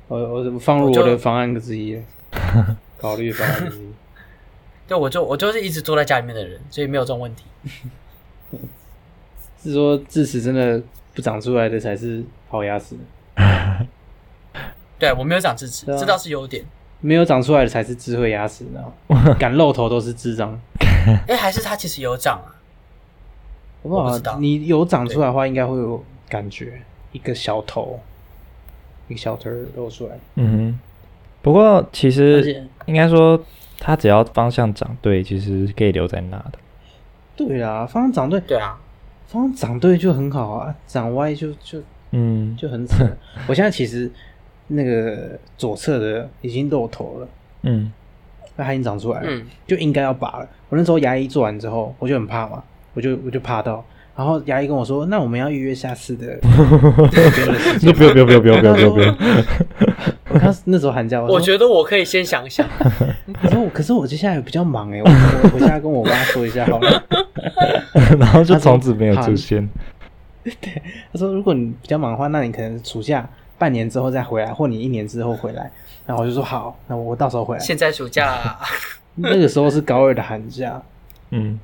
Speaker 3: 我我放入
Speaker 1: 我就
Speaker 3: 我的方案之一了，考虑方案之一。
Speaker 1: 对，我就我就是一直坐在家里面的人，所以没有这种问题。
Speaker 3: 是说智齿真的不长出来的才是好牙齿，
Speaker 1: 对我没有长智齿，
Speaker 3: 对啊
Speaker 1: 这倒是优点。
Speaker 3: 没有长出来的才是智慧牙齿，你知道吗？敢露头都是智障。
Speaker 1: 哎，还是他其实有长啊。
Speaker 3: 好不好
Speaker 1: 我不知道
Speaker 3: 你有长出来的话，应该会有感觉，一个小头，一个小头露出来。
Speaker 2: 嗯哼，不过其
Speaker 3: 而
Speaker 2: 实
Speaker 3: 且，
Speaker 2: 应该说，它只要方向长对，其实可以留在那的，
Speaker 3: 对啦，方向长对，
Speaker 1: 对啊，
Speaker 3: 方向长对就很好啊，长歪就就
Speaker 2: 嗯，
Speaker 3: 就 很扯。我现在其实那个左侧的已经露头了，
Speaker 2: 嗯
Speaker 3: 那它已经长出来了。
Speaker 1: 嗯，
Speaker 3: 就应该要拔了。我那时候牙医做完之后，我就很怕嘛，我就我就怕到，然后牙医跟我说，那我们要预约下次的。
Speaker 2: 那不用不用不用不用不用不用 不用，
Speaker 3: 我看那时候寒假，我
Speaker 1: 我
Speaker 3: 说，
Speaker 1: 觉得我可以先想一 想。
Speaker 3: 可是我可是我接下来比较忙哎、我我回家跟我妈说一下 好了。
Speaker 2: 然后 就从此没有出现，
Speaker 3: 他说，如果你比较忙的话，那你可能暑假半年之后再回来，或你一年之后回来。然后我就说好，那我到时候回来。
Speaker 1: 现在暑假
Speaker 3: 那个时候是高二的寒假，
Speaker 2: 嗯，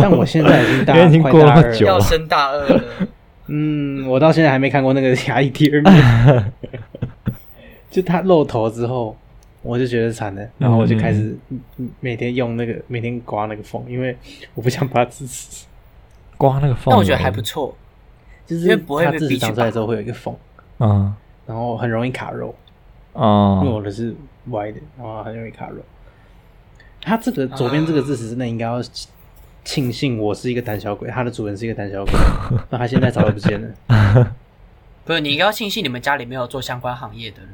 Speaker 3: 但我现在已经 大
Speaker 2: 因为已经
Speaker 3: 快
Speaker 2: 过
Speaker 3: 大
Speaker 2: 那么
Speaker 3: 二了
Speaker 2: 久
Speaker 1: 要升大二 了，
Speaker 3: 嗯，我到现在还没看过那个 牙医第二面， 就他露头之后，我就觉得惨了，然后我就开始每天用那个，每天刮那个缝，因为我不想拔智齿，
Speaker 2: 刮那个缝，
Speaker 1: 但我觉得还不，错。
Speaker 3: 就
Speaker 1: 因为
Speaker 3: 是
Speaker 1: 不会
Speaker 3: 它
Speaker 1: 被
Speaker 3: 智齿
Speaker 1: 逼去
Speaker 3: 长出来之后会有一个缝，
Speaker 2: 嗯
Speaker 3: 然后很容易卡肉，
Speaker 1: 嗯
Speaker 3: 因为
Speaker 2: 哦，
Speaker 3: 我的是歪的，然后很容易卡肉。它这个左边这个智齿真的应该要庆幸我是一个胆小鬼，它的主人是一个 胆小鬼，那它现在早就不见了，
Speaker 1: 不是，你应该要庆幸你们家里没有做相关行业的人，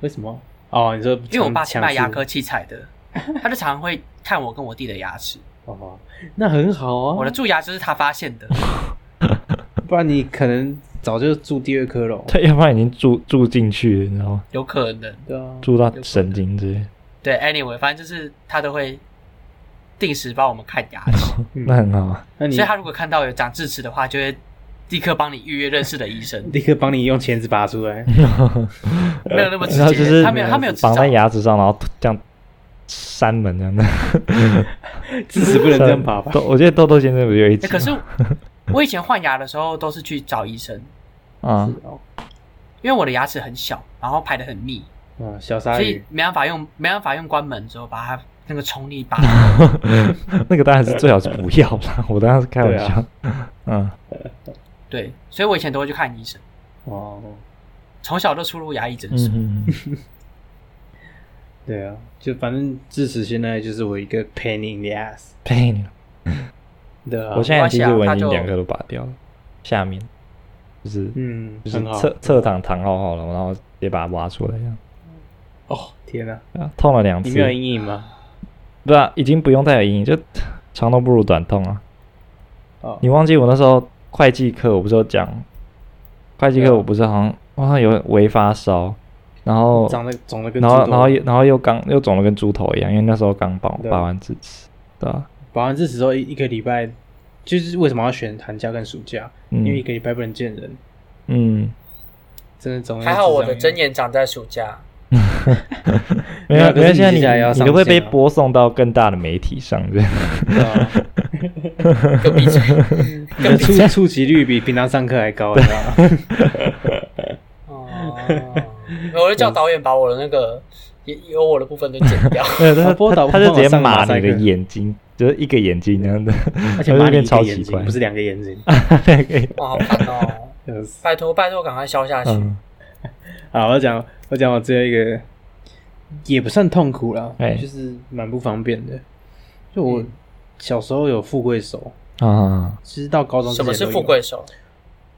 Speaker 3: 为什么？哦，你说
Speaker 1: 因为我爸是
Speaker 3: 强
Speaker 1: 卖
Speaker 3: 制
Speaker 1: 牙科器材的， 他就常会看我跟我弟的牙齿。
Speaker 3: 哦，那很好啊。
Speaker 1: 我的蛀牙就是他发现的，
Speaker 3: 不然你可能早就住第二颗了。
Speaker 2: 对，要不然已经住住进去了，你知道吗？
Speaker 1: 有可能。
Speaker 3: 对啊，
Speaker 2: 住到神经之类，
Speaker 1: 对，anyway，反正就是他都会定时帮我们看牙齿，
Speaker 2: 那很好啊，
Speaker 3: 哦那你，
Speaker 1: 所以他如果看到有长智齿的话，就会立刻帮你预约认识的医生
Speaker 3: 立刻帮你用钳子拔 出来。
Speaker 1: 没有那么直
Speaker 2: 然后就
Speaker 1: 接，
Speaker 2: 是
Speaker 1: 他没有他没有执
Speaker 2: 绑
Speaker 1: 照
Speaker 2: 在，牙齿上，然后这样扇门这样的，
Speaker 3: 智齿不能这 样拔吧
Speaker 2: 豆？我记得豆豆先生不是有一
Speaker 1: 欸
Speaker 2: 集吗，
Speaker 1: 可是 我以前换牙的时候都是去找医生，
Speaker 2: 啊，
Speaker 3: 哦，
Speaker 1: 因为我的牙齿很小，然后排的很密，
Speaker 3: 嗯，小鲨
Speaker 2: 哎
Speaker 1: 所
Speaker 3: 鱼
Speaker 1: 以，没办法用没办法用关门之后把它那个冲 力拔。
Speaker 2: 那个当然是最好是不要 啦，我当然是开玩笑，
Speaker 3: 啊
Speaker 2: 嗯，
Speaker 1: 对，所以我以前都会去看医生，
Speaker 3: 哦，
Speaker 1: 从小就出入牙医诊所。
Speaker 2: 嗯
Speaker 3: 对啊，就反正智齿现在就是我一个 pain in the ass。
Speaker 2: 呸！你
Speaker 3: 对啊，
Speaker 2: 我现在其实
Speaker 1: 没
Speaker 2: 我
Speaker 1: 关系啊他
Speaker 2: 已经
Speaker 1: 就
Speaker 2: 两个都拔掉了，下面就是
Speaker 3: 嗯，
Speaker 2: 就是
Speaker 3: 很好。
Speaker 2: 侧侧躺躺好好了，然后直接把它挖出来这样。
Speaker 3: 哦，天哪、
Speaker 2: 啊痛了两
Speaker 3: 你
Speaker 2: 次
Speaker 3: 没，有阴影吗？
Speaker 2: 对啊，已经不用再有阴影，就长痛不如短痛啊。
Speaker 3: 哦，
Speaker 2: 你忘记我那时候会计课，我不是有讲，会计
Speaker 3: 对
Speaker 2: 课
Speaker 3: 啊
Speaker 2: 我不是好像我好像有微发烧，然后
Speaker 3: 长得肿的跟
Speaker 2: 然后
Speaker 3: 猪头
Speaker 2: 然后又然后又刚又肿的跟猪头一样，因为那时候刚拔
Speaker 3: 对啊
Speaker 2: 拔完智齿，对啊，
Speaker 3: 保安这时候一一个礼拜，就是为什么要选寒假跟暑假？因为一
Speaker 2: 嗯
Speaker 3: 个礼拜不能见人，
Speaker 2: 嗯，
Speaker 3: 真的总
Speaker 1: 还好我的针眼长在暑假，
Speaker 2: 没
Speaker 3: 没有
Speaker 2: 有，
Speaker 3: 可
Speaker 2: 没有，
Speaker 3: 是你
Speaker 2: 现在你
Speaker 3: 接下来要
Speaker 2: 你
Speaker 3: 上
Speaker 2: 都会
Speaker 3: 线
Speaker 2: 被
Speaker 3: 了
Speaker 2: 播送到更大的媒体上， 这样。
Speaker 3: 对啊
Speaker 1: 跟 闭嘴，
Speaker 3: 你的触触及率比平常上课还高，你知道吗？
Speaker 1: 哦，我就叫导演把我的那个也有我的部分都剪 掉。
Speaker 2: 没有，他
Speaker 3: 啊不过导
Speaker 2: 他
Speaker 3: 播
Speaker 2: 他就
Speaker 3: 放
Speaker 2: 直接
Speaker 3: 上马
Speaker 2: 骂
Speaker 3: 赛
Speaker 2: 你的
Speaker 3: 克
Speaker 2: 眼睛，就是一个眼睛那样 的，
Speaker 3: 而且蚂
Speaker 2: 变
Speaker 3: 蚁一
Speaker 2: 超
Speaker 3: 个
Speaker 2: 奇
Speaker 3: 眼
Speaker 2: 怪
Speaker 3: 睛，不是两个眼睛。
Speaker 1: 哇，好烦哦！
Speaker 3: 笑死
Speaker 1: 拜托，拜托，赶快消下去。
Speaker 2: 嗯，
Speaker 3: 好，我讲我讲我只有一个，也不算痛苦啦，
Speaker 2: 哎
Speaker 3: 就是蛮不方便的。就我
Speaker 1: 嗯
Speaker 3: 小时候有富贵手，
Speaker 2: 啊，
Speaker 3: 其实到高中之
Speaker 1: 什
Speaker 3: 前
Speaker 1: 么是
Speaker 3: 都有
Speaker 1: 富贵？手？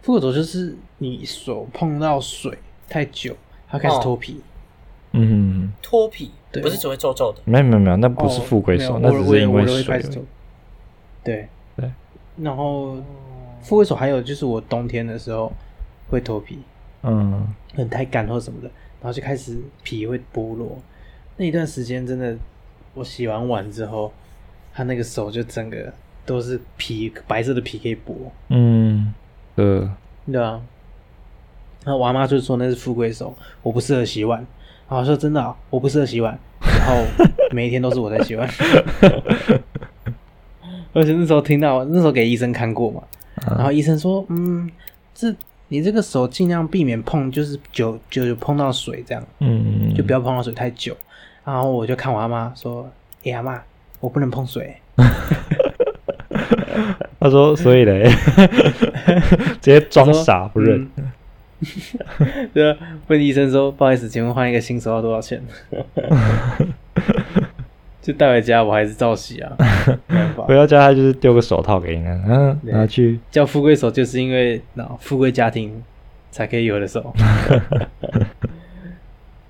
Speaker 3: 富贵手就是你手碰到水太久，它开始脱皮。
Speaker 2: 嗯，
Speaker 1: 脱皮，
Speaker 3: 对
Speaker 1: 不是只会皱皱的。
Speaker 2: 没有没有没有，那不是
Speaker 3: 哦
Speaker 2: 富贵
Speaker 3: 没有
Speaker 2: 手，
Speaker 3: 我
Speaker 2: 那
Speaker 3: 的
Speaker 2: 只
Speaker 3: 我
Speaker 2: 是
Speaker 3: 的
Speaker 2: 因
Speaker 3: 我
Speaker 2: 为
Speaker 3: 的会
Speaker 2: 水
Speaker 3: 开始
Speaker 2: 而已
Speaker 3: 走。对
Speaker 2: 对。
Speaker 3: 然后富贵手还有就是我冬天的时候会脱皮，
Speaker 2: 嗯，
Speaker 3: 很太干或什么的，然后就开始皮会剥落。那一段时间真的，我洗完碗之后，他那个手就整个都是皮，白色的皮可以剥，
Speaker 2: 嗯，呃，
Speaker 3: 对啊。然后我阿妈就说那是富贵手，我不适合洗碗。然后我说真的啊、我不适合洗碗。然后每一天都是我在洗碗。 而且那时候听到，那时候给医生看过嘛，然后医生说，嗯，这你这个手尽量避免碰，就是久久久碰到水这样。
Speaker 2: 嗯，
Speaker 3: 就不要碰到水太久。然后我就看我阿妈说：“哎、阿妈，我不能碰水。
Speaker 2: 他说，所以嘞， 直接装傻不认，
Speaker 3: 嗯”对啊，嗯问医生说：“不好意思，请问换一个新手要多少钱？” 就带回家，我还是照洗啊，没办法
Speaker 2: 回。到家他就是丢个手套给你，嗯，
Speaker 3: 对
Speaker 2: 拿去，
Speaker 3: 叫富贵手，就是因为那富贵家庭才可以有的手。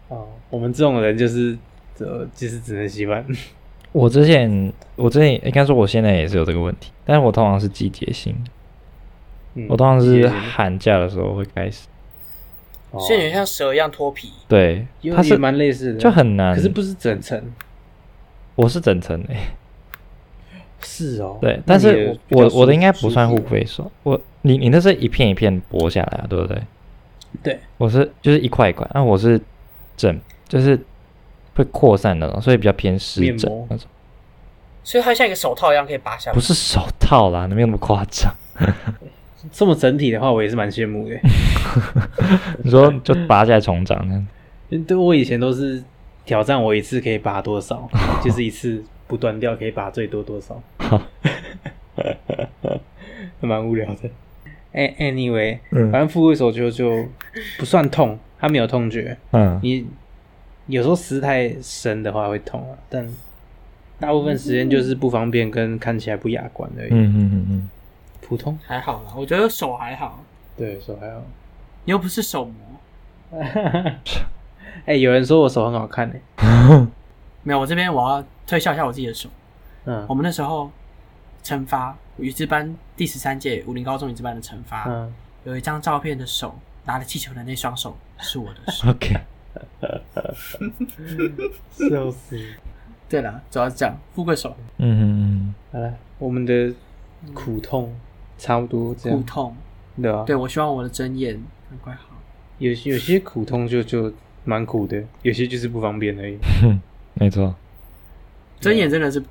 Speaker 3: 哦，我们这种人就是，呃，就是只能洗碗。
Speaker 2: 我之前，我之前应该说我现在也是有这个问题，但是我通常是季节性，
Speaker 3: 嗯
Speaker 2: 我通常是
Speaker 3: 也
Speaker 2: 寒假的时候会开始，
Speaker 3: 哦
Speaker 1: 所以你像蛇一样脱皮，
Speaker 2: 对，
Speaker 3: 有
Speaker 2: 它
Speaker 3: 也
Speaker 2: 是
Speaker 3: 蛮类似的，
Speaker 2: 就很难，
Speaker 3: 可是不是整层。
Speaker 2: 我是整层诶、
Speaker 3: 是哦，
Speaker 2: 对，
Speaker 3: 那
Speaker 2: 但
Speaker 3: 你
Speaker 2: 是
Speaker 3: 比较
Speaker 2: 我
Speaker 3: 舒
Speaker 2: 我的应该不算
Speaker 3: 舒
Speaker 2: 护
Speaker 3: 服
Speaker 2: 龟手，我你你那是一片一片剥下来啊，对不对？
Speaker 3: 对，
Speaker 2: 我是就是一块一块，那、我是整就是会扩散的那种，所以比较偏湿
Speaker 3: 面
Speaker 2: 疹
Speaker 3: 膜
Speaker 2: 那种，
Speaker 1: 所以它像一个手套一样可以拔下来
Speaker 2: 不。是手套啦，没有那么 夸张。
Speaker 3: 这么整体的话，我也是蛮羡慕的。
Speaker 2: 你说就拔下来重长那样，
Speaker 3: 对我以前都是挑战我一次可以拔多少，就是一次不断掉可以拔最多多少， 蛮无聊的。哎，anyway，
Speaker 2: 嗯
Speaker 3: 反正富贵手就就不算痛，它没有痛觉。
Speaker 2: 嗯
Speaker 3: 你有时候撕太深的话会痛啊，但大部分时间就是不方便跟看起来不雅观而已，
Speaker 2: 嗯嗯嗯嗯，
Speaker 3: 普通。
Speaker 1: 还好啦，我觉得手还好，
Speaker 3: 对，手还好。
Speaker 1: 你又不是手模。
Speaker 3: 哎、有人说我手很好看呢、欸
Speaker 1: 没有，我这边我要推销一下我自己的手。
Speaker 3: 嗯
Speaker 1: 我们那时候惩罚语资班第十三届武林高中语资班的惩罚，
Speaker 3: 嗯，
Speaker 1: 有一张照片的手拿着气球的那双手是我的 手。
Speaker 2: OK，
Speaker 3: 笑死！
Speaker 1: 对啦，主要是这样，富贵手
Speaker 2: 嗯嗯
Speaker 3: 好了，我们的苦痛差不多这
Speaker 2: 啊
Speaker 1: 苦
Speaker 3: 样，
Speaker 1: 痛。
Speaker 3: 对吧、
Speaker 1: 对，我希望我的针眼很快好。
Speaker 3: 有有些苦痛就就蛮苦的，有些就是不方便而已。
Speaker 2: 嗯哼，没错， 啊
Speaker 1: 针眼真的是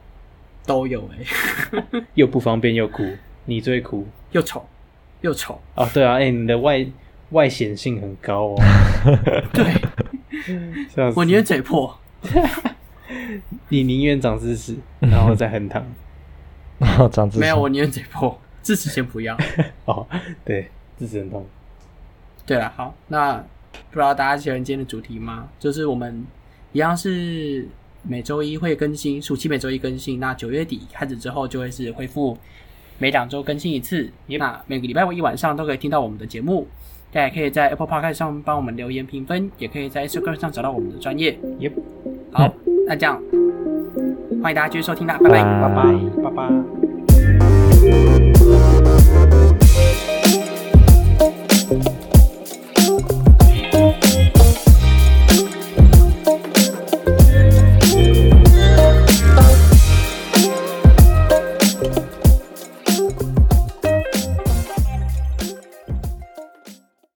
Speaker 1: 都有哎、
Speaker 3: 又不方便又苦，你最苦
Speaker 1: 又丑又丑，
Speaker 3: 哦。对啊，哎、你的外外显性很 高哦。
Speaker 1: 对
Speaker 3: 笑死
Speaker 1: 我宁愿嘴破。
Speaker 3: 你宁愿长智齿，然后再横躺。
Speaker 2: 然后长智
Speaker 1: 没有，
Speaker 2: 齿
Speaker 1: 我宁愿嘴破，智齿先不要。
Speaker 3: 哦，对，智齿很痛。
Speaker 1: 对了，好，那不知道大家喜欢今天的主题吗？就是我们一样是每周一会更新，暑期每周一更新。那九月底开始之后，就会是恢复每两周更新一次。那每个礼拜一晚上都可以听到我们的节目。大家也可以在 Apple Podcast 上帮我们留言评分，也可以在 Instagram 上找到我们的专业。
Speaker 3: Yep
Speaker 1: 好，那这样，欢迎大家继续收听啦，拜拜。
Speaker 2: 拜
Speaker 3: 拜拜拜拜。